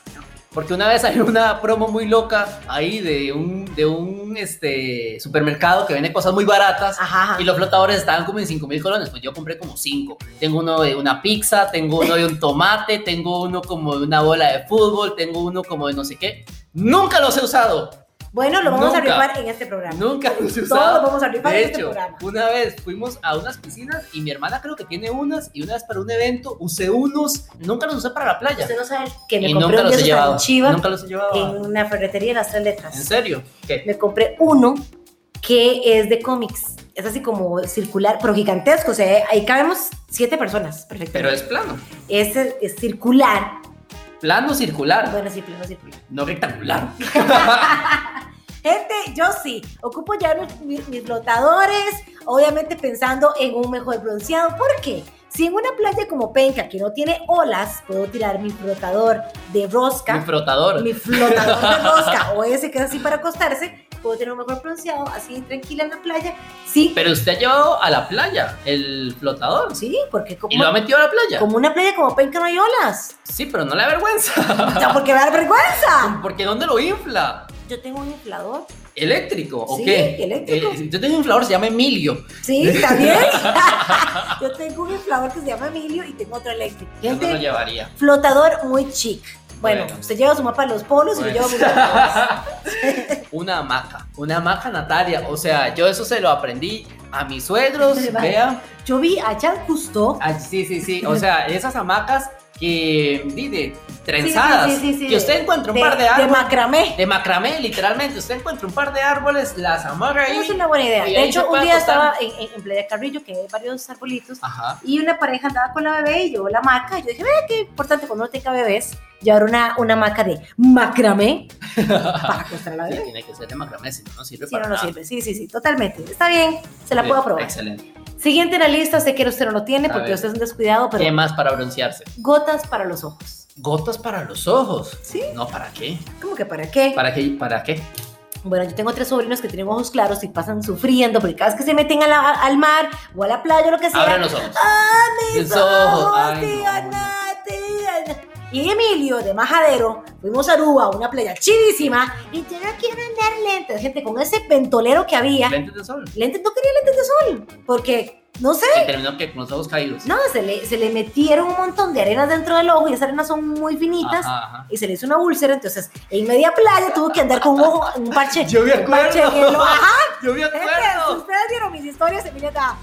Speaker 2: Porque una vez salió una promo muy loca ahí de un, de un este, supermercado que vende cosas muy baratas
Speaker 1: Ajá, ajá.
Speaker 2: y los flotadores estaban como en 5 mil colones. Pues yo compré como 5. Tengo uno de una pizza, tengo uno de un tomate, tengo uno como de una bola de fútbol, tengo uno como de no sé qué. Nunca los he usado.
Speaker 1: Bueno, lo vamos a
Speaker 2: Nunca.
Speaker 1: rifar en este programa.
Speaker 2: Nunca los he
Speaker 1: Todos
Speaker 2: usado.
Speaker 1: lo vamos a rifar
Speaker 2: De
Speaker 1: en este
Speaker 2: hecho,
Speaker 1: programa.
Speaker 2: una vez fuimos a unas piscinas y mi hermana creo que tiene unas y una vez para un evento usé unos, nunca los usé para la playa.
Speaker 1: Usted no sabe que me
Speaker 2: Y
Speaker 1: compré
Speaker 2: nunca
Speaker 1: un
Speaker 2: los
Speaker 1: yeso
Speaker 2: he llevado.
Speaker 1: tan chiva
Speaker 2: Nunca los he llevado.
Speaker 1: en
Speaker 2: ¿En,
Speaker 1: una ferretería de las tres letras.
Speaker 2: serio? ¿Qué?
Speaker 1: Me compré uno que es de cómics. Es así como circular, pero gigantesco. O sea, ahí cabemos siete personas.
Speaker 2: Pero
Speaker 1: Perfecto.
Speaker 2: es plano.
Speaker 1: Este es circular.
Speaker 2: Plano circular,
Speaker 1: Bueno, sí, plano circular.
Speaker 2: no rectangular.
Speaker 1: Gente, yo sí, ocupo ya mis, mis- mis flotadores, obviamente pensando en un mejor bronceado. ¿Por qué? Si en una playa como Penca, que no tiene olas, puedo tirar mi flotador de
Speaker 2: Un
Speaker 1: rosca,
Speaker 2: frotador.
Speaker 1: mi flotador de rosca, o ese que es así para acostarse, puedo tener un mejor bronceado, así tranquila en la playa. Sí,
Speaker 2: Pero usted ha llevado a la playa el flotador
Speaker 1: sí, porque como,
Speaker 2: y lo ha metido a la playa.
Speaker 1: como una playa como Penca no hay olas.
Speaker 2: Sí, pero no le da vergüenza.
Speaker 1: O sea, porque me da vergüenza.
Speaker 2: Porque ¿dónde lo infla?
Speaker 1: Yo tengo un inflador.
Speaker 2: ¿Eléctrico o
Speaker 1: Sí,
Speaker 2: qué?
Speaker 1: eléctrico.
Speaker 2: Eh, yo tengo un inflador, se llama Emilio.
Speaker 1: Sí, también. Yo tengo un inflador que se llama Emilio y tengo otro eléctrico.
Speaker 2: Yo no lo
Speaker 1: Gente,
Speaker 2: llevaría.
Speaker 1: flotador muy chic. Bueno,
Speaker 2: Bueno.
Speaker 1: usted lleva su mapa de los polos y yo llevo
Speaker 2: Bueno.
Speaker 1: mi mapa
Speaker 2: una hamaca, una hamaca Natalia. O sea, yo eso se lo aprendí a mis suegros.
Speaker 1: Vale.
Speaker 2: Vean.
Speaker 1: de los- Yo vi a Chan Cousteau.
Speaker 2: Ah, sí, sí, sí. O sea, esas hamacas que, di, de trenzadas.
Speaker 1: Sí, sí, sí, sí, sí,
Speaker 2: que usted
Speaker 1: de-
Speaker 2: encuentra un par de árboles. De,
Speaker 1: macramé.
Speaker 2: macramé, literalmente. Usted encuentra un par de árboles, las hamaca ahí.
Speaker 1: Es una buena idea.
Speaker 2: Y
Speaker 1: De
Speaker 2: ahí
Speaker 1: hecho,
Speaker 2: se
Speaker 1: un
Speaker 2: puede
Speaker 1: día
Speaker 2: acostar.
Speaker 1: estaba en, en- en Playa Carrillo, que hay varios arbolitos,
Speaker 2: Ajá.
Speaker 1: y una pareja andaba con la bebé y llevó la maca. Y yo dije, ve, qué importante cuando uno tenga bebés, llevar una, una maca de macramé para acostar a la
Speaker 2: Ah, Sí,
Speaker 1: bebé.
Speaker 2: tiene que ser de macramé, si no, no sirve
Speaker 1: Sí,
Speaker 2: para
Speaker 1: no, no
Speaker 2: nada.
Speaker 1: sirve. Sí, sí, sí, totalmente. Está bien, se la puedo probar.
Speaker 2: Excelente.
Speaker 1: Siguiente en la lista, sé que usted no lo tiene
Speaker 2: A
Speaker 1: porque
Speaker 2: ver. Em.
Speaker 1: usted es un descuidado,
Speaker 2: ¿Qué
Speaker 1: pero
Speaker 2: más para broncearse?
Speaker 1: gotas para los ojos.
Speaker 2: Gotas para los ojos.
Speaker 1: ¿Sí?
Speaker 2: No, ¿para qué?
Speaker 1: ¿Cómo que para qué?
Speaker 2: ¿Para qué? ¿Para qué?
Speaker 1: Bueno, yo tengo tres sobrinos que tienen ojos claros y pasan sufriendo porque cada vez que se meten a la- al mar o a la playa o lo que sea.
Speaker 2: Abran los ojos.
Speaker 1: ¡Ah, mis
Speaker 2: Mis ojos!
Speaker 1: ojos!
Speaker 2: Ay,
Speaker 1: tía,
Speaker 2: no.
Speaker 1: na, tía, na! Y Emilio, de Majadero, fuimos a Aruba, una playa chivísima, y yo no quiero andar lentes. Gente, con ese ventolero que había,
Speaker 2: Lentes de sol.
Speaker 1: lentes, no quería lentes de sol, porque, no sé,
Speaker 2: Y terminó que con los ojos caídos.
Speaker 1: No, se le, se le metieron un montón de arenas dentro del ojo y esas arenas son muy finitas
Speaker 2: Ajá, ajá.
Speaker 1: y se le hizo una úlcera. Entonces, en media playa tuvo que andar con un ojo, un parche.
Speaker 2: Yo me
Speaker 1: un parche en el
Speaker 2: acuerdo.
Speaker 1: ojo. Ajá,
Speaker 2: Yo me
Speaker 1: gente, si
Speaker 2: acuerdo.
Speaker 1: ustedes vieron mis historias, Emilia estaba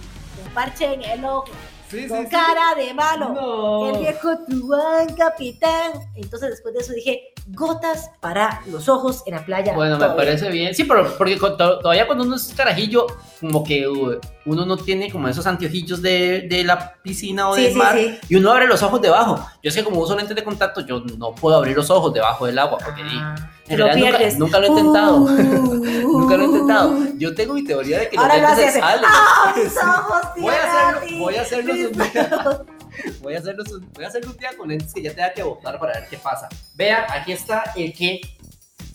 Speaker 1: un parche en el ojo,
Speaker 2: Sí, sí,
Speaker 1: con
Speaker 2: sí.
Speaker 1: cara de malo.
Speaker 2: No.
Speaker 1: El viejo Truán, capitán. Entonces, después de eso dije, gotas para los ojos en la playa.
Speaker 2: Bueno, me
Speaker 1: Todo bien.
Speaker 2: parece bien. Sí, pero porque con- to- todavía cuando uno es carajillo, como que uh, uno no tiene como esos anteojillos de, de la piscina o
Speaker 1: Sí,
Speaker 2: del
Speaker 1: sí,
Speaker 2: mar.
Speaker 1: sí.
Speaker 2: Y uno abre los ojos debajo. Yo es que como uso lentes de contacto, yo no puedo abrir los ojos debajo del agua. Porque di,
Speaker 1: Ah,
Speaker 2: en
Speaker 1: te lo
Speaker 2: realidad nunca-
Speaker 1: pierdes.
Speaker 2: nunca lo he intentado.
Speaker 1: Uh,
Speaker 2: nunca lo he intentado. Yo tengo mi teoría de que
Speaker 1: Ahora lo
Speaker 2: los lentes
Speaker 1: haces.
Speaker 2: se salen.
Speaker 1: ¡Ah, mis ojos!
Speaker 2: Voy a
Speaker 1: tía
Speaker 2: hacerlo-
Speaker 1: Nati!
Speaker 2: voy a hacerlo
Speaker 1: Mis
Speaker 2: un día. Voy a hacerlo, su- voy a hacerlo un día con lentes que ya tenga que botar para ver qué pasa. Vean, aquí está el que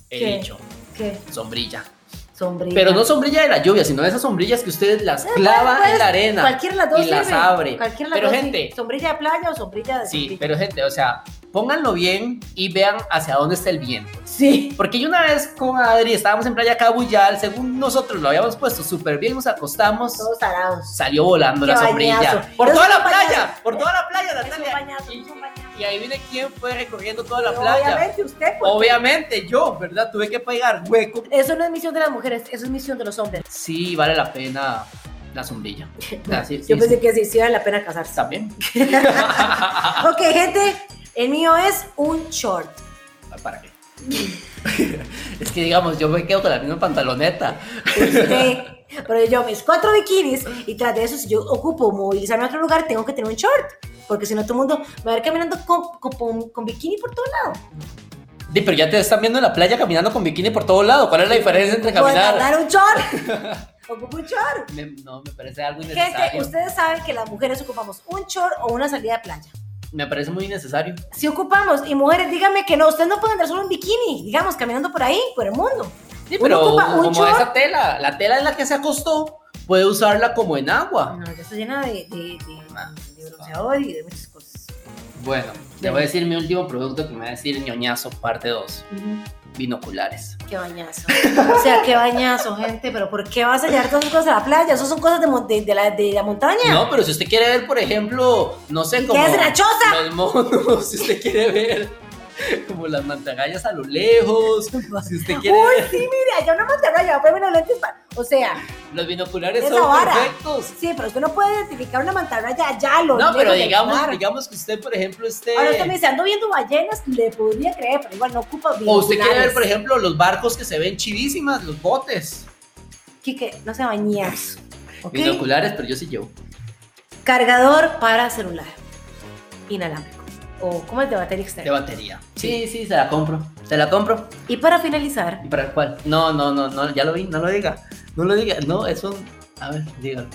Speaker 2: he
Speaker 1: ¿Qué?
Speaker 2: dicho.
Speaker 1: ¿Qué?
Speaker 2: Sombrilla.
Speaker 1: Sombrilla.
Speaker 2: Pero no sombrilla de la lluvia, sino esas sombrillas que ustedes las clavan
Speaker 1: puedes-
Speaker 2: en la arena.
Speaker 1: Ah, pues, Cualquiera de las dos
Speaker 2: y las
Speaker 1: sirve.
Speaker 2: abre.
Speaker 1: Cualquiera de las
Speaker 2: Pero,
Speaker 1: dos
Speaker 2: gente-
Speaker 1: sirve. ¿Sombrilla de playa o sombrilla de
Speaker 2: Sí,
Speaker 1: sombrilla?
Speaker 2: pero gente, o sea, pónganlo bien y vean hacia dónde está el viento.
Speaker 1: Sí.
Speaker 2: Porque yo una vez con Adri estábamos en Playa Cabuyal, según nosotros lo habíamos puesto súper bien, nos acostamos,
Speaker 1: Todos tarados.
Speaker 2: salió volando
Speaker 1: Qué
Speaker 2: la sombrilla.
Speaker 1: bañazo.
Speaker 2: Por
Speaker 1: Es
Speaker 2: toda
Speaker 1: un
Speaker 2: la
Speaker 1: bañazo.
Speaker 2: playa, por toda la playa,
Speaker 1: Es un
Speaker 2: Natalia.
Speaker 1: bañazo, es un bañazo.
Speaker 2: Y, y ahí viene quién fue recorriendo toda la
Speaker 1: Pero
Speaker 2: playa.
Speaker 1: Obviamente usted, pues.
Speaker 2: Obviamente yo, ¿verdad? Tuve que pegar hueco.
Speaker 1: Eso no es misión de las mujeres, eso es misión de los hombres.
Speaker 2: Sí, vale la pena la sombrilla. Ah, sí, sí,
Speaker 1: Yo pensé
Speaker 2: sí.
Speaker 1: que sí, sí vale la pena casarse.
Speaker 2: También.
Speaker 1: ok, gente, el mío es un short.
Speaker 2: ¿Para qué? es que digamos, yo me quedo con la misma pantaloneta.
Speaker 1: Usted. Este, Pero yo mis cuatro bikinis y tras de eso, si yo ocupo movilizarme a otro lugar, tengo que tener un short. Porque si no, todo el mundo me va a ver caminando con, con, con bikini por todo lado.
Speaker 2: Di, pero ya te están viendo en la playa caminando con bikini por todo lado. ¿Cuál es la diferencia entre
Speaker 1: Puedo
Speaker 2: caminar?
Speaker 1: dar un short. Ocupo un short.
Speaker 2: Me- no, me parece algo
Speaker 1: Gente,
Speaker 2: innecesario.
Speaker 1: ustedes saben que las mujeres ocupamos un short o una salida de playa.
Speaker 2: Me parece muy innecesario.
Speaker 1: Si ocupamos, y mujeres, díganme que no, ustedes no pueden andar solo en bikini, digamos, caminando por ahí, por el mundo.
Speaker 2: Sí,
Speaker 1: Uno
Speaker 2: pero
Speaker 1: ocupa un
Speaker 2: como
Speaker 1: short.
Speaker 2: esa tela, la tela en la que se acostó, puede usarla como en agua. Ah.
Speaker 1: No, ya está llena de, de, de- de bronceador y de muchas cosas.
Speaker 2: Bueno, te voy a decir mi último producto que me va a decir ñoñazo, parte 2. Binoculares.
Speaker 1: Qué bañazo. O sea, qué bañazo, gente. Pero ¿por qué vas a llevar todas esas cosas a la playa? Eso son cosas de, mon- de- de la, de la montaña.
Speaker 2: No, pero si usted quiere ver, por ejemplo, no sé,
Speaker 1: ¿Y
Speaker 2: como...
Speaker 1: qué es la choza?
Speaker 2: Los monos, si usted quiere ver como las mantagallas a lo lejos, si usted quiere
Speaker 1: Uy,
Speaker 2: ver,
Speaker 1: sí, mira, yo no me enteré, yo voy a los lentes para. O sea,
Speaker 2: los binoculares
Speaker 1: Esa
Speaker 2: son
Speaker 1: vara.
Speaker 2: perfectos.
Speaker 1: sí, pero usted no puede identificar una mantarraya allá, lo
Speaker 2: No,
Speaker 1: lejos
Speaker 2: pero
Speaker 1: del
Speaker 2: digamos,
Speaker 1: mar.
Speaker 2: digamos que usted, por ejemplo, esté...
Speaker 1: Ahora usted me dice, ando viendo ballenas, le podría creer, pero igual no ocupa
Speaker 2: O usted quiere ver,
Speaker 1: binoculares.
Speaker 2: por ejemplo, los barcos que se ven chivísimas, los botes.
Speaker 1: Quique, no se bañas. ¿ok?
Speaker 2: Binoculares, pero yo sí llevo.
Speaker 1: Cargador para celular. Inalámbrico. O como es de batería
Speaker 2: De
Speaker 1: externa.
Speaker 2: batería. Sí, sí, se la compro. Se la compro.
Speaker 1: y para finalizar,
Speaker 2: ¿Y para cuál? No, no, no, no, ya lo vi, no lo diga. No lo diga. No, es un. A ver, dígalo.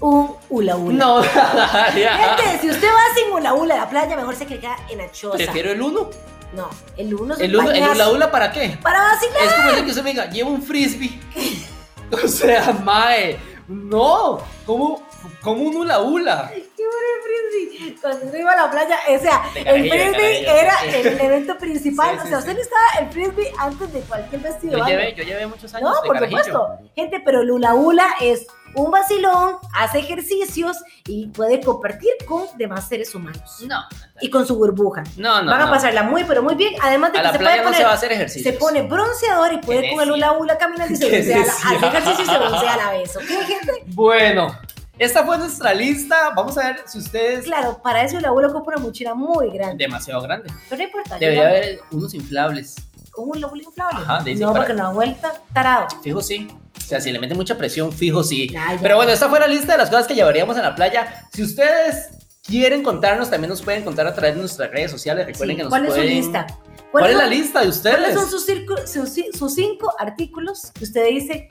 Speaker 1: un hula hula.
Speaker 2: No,
Speaker 1: Gente, si usted va sin hula hula a la playa, mejor se queda en la choza.
Speaker 2: Prefiero el uno.
Speaker 1: No, el uno es un
Speaker 2: El uno, el
Speaker 1: pañazo.
Speaker 2: hula hula, ¿para qué?
Speaker 1: Para vacilar.
Speaker 2: Es como el que usted me diga, llevo un frisbee. O sea, mae. No, como, como un hula hula.
Speaker 1: Qué bueno el frisbee. Cuando yo iba a la playa, o sea,
Speaker 2: De
Speaker 1: el
Speaker 2: carajillo, de
Speaker 1: frisbee
Speaker 2: carajillo,
Speaker 1: era
Speaker 2: sí.
Speaker 1: el evento principal.
Speaker 2: Sí,
Speaker 1: o
Speaker 2: sí,
Speaker 1: sea,
Speaker 2: sí.
Speaker 1: usted necesitaba el frisbee antes de cualquier vestido. de
Speaker 2: Yo
Speaker 1: baño.
Speaker 2: llevé, yo llevé muchos años.
Speaker 1: No,
Speaker 2: de
Speaker 1: por
Speaker 2: carajillo.
Speaker 1: supuesto. Gente, pero el hula hula es un vacilón, hace ejercicios y puede compartir con demás seres humanos.
Speaker 2: No,
Speaker 1: Y con su burbuja.
Speaker 2: no, no.
Speaker 1: Van a
Speaker 2: no.
Speaker 1: pasarla muy, pero muy bien. Además de
Speaker 2: A
Speaker 1: que
Speaker 2: la
Speaker 1: se
Speaker 2: playa
Speaker 1: puede
Speaker 2: no se
Speaker 1: poner
Speaker 2: va a hacer ejercicio.
Speaker 1: se pone bronceador y puede
Speaker 2: Qué
Speaker 1: con el
Speaker 2: necia.
Speaker 1: hula hula caminar y se
Speaker 2: Qué
Speaker 1: broncea a la- hace
Speaker 2: necia.
Speaker 1: ejercicio y se broncea a la vez. ¿ok, gente?
Speaker 2: Bueno, esta fue nuestra lista. Vamos a ver si ustedes.
Speaker 1: Claro, para eso el hula hula ocupa una mochila muy grande.
Speaker 2: Demasiado grande.
Speaker 1: Pero no importa. yo
Speaker 2: Debería
Speaker 1: la-
Speaker 2: haber unos inflables.
Speaker 1: Con un hula hula inflable.
Speaker 2: Ajá, de-
Speaker 1: no,
Speaker 2: para-
Speaker 1: porque nos da vuelta tarado.
Speaker 2: Fijo sí. O sea, si le meten mucha presión, fijo sí.
Speaker 1: Ya, ya.
Speaker 2: Pero bueno, esta fue la lista de las cosas que llevaríamos en la playa. Si ustedes quieren contarnos, también nos pueden contar a través de nuestras redes sociales. Recuerden
Speaker 1: Sí,
Speaker 2: que nos
Speaker 1: ¿Cuál es su
Speaker 2: pueden-
Speaker 1: lista?
Speaker 2: ¿Cuál, es
Speaker 1: son-
Speaker 2: la lista de
Speaker 1: ¿Cuáles
Speaker 2: ustedes?
Speaker 1: son sus, circu- sus, ci- sus cinco artículos que usted dice?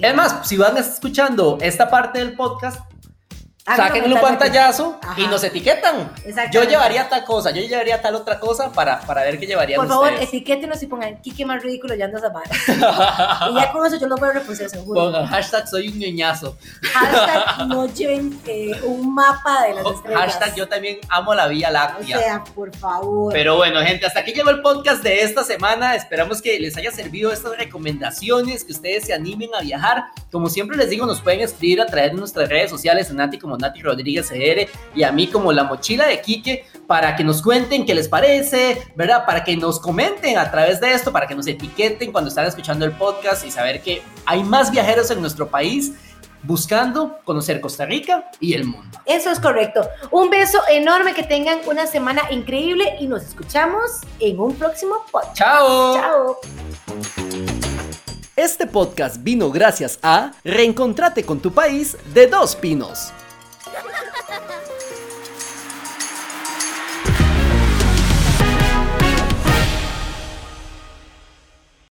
Speaker 2: Es más, si van escuchando esta parte del podcast, sáquenle un
Speaker 1: ya.
Speaker 2: pantallazo
Speaker 1: Ajá.
Speaker 2: y nos etiquetan. Yo llevaría tal cosa, yo llevaría tal otra cosa para, para ver qué llevarían
Speaker 1: Por favor,
Speaker 2: ustedes.
Speaker 1: etiquétenos y pongan Kike más ridículo ya anda a vara. y ya con eso yo los voy a reposar seguro.
Speaker 2: Pongan hashtag soy un ñoñazo.
Speaker 1: Hashtag no lleven eh, un mapa de las
Speaker 2: O
Speaker 1: estrellas.
Speaker 2: Oh, Hashtag yo también amo la Vía
Speaker 1: O
Speaker 2: Láctea.
Speaker 1: sea, por favor.
Speaker 2: Pero bueno, gente, hasta aquí llegó el podcast de esta semana. Esperamos que les haya servido estas recomendaciones, que ustedes se animen a viajar. Como siempre les digo, nos pueden escribir a través de nuestras redes sociales, a Nati como Nati Rodríguez CR y a mí como La Mochila de Quique, para que nos cuenten qué les parece, ¿verdad? Para que nos comenten a través de esto, para que nos etiqueten cuando están escuchando el podcast y saber que hay más viajeros en nuestro país buscando conocer Costa Rica y el mundo.
Speaker 1: Eso es correcto. Un beso enorme, que tengan una semana increíble y nos escuchamos en un próximo podcast.
Speaker 2: ¡Chao!
Speaker 1: Chao.
Speaker 2: Este podcast vino gracias a Reencontrate con tu país de dos pinos.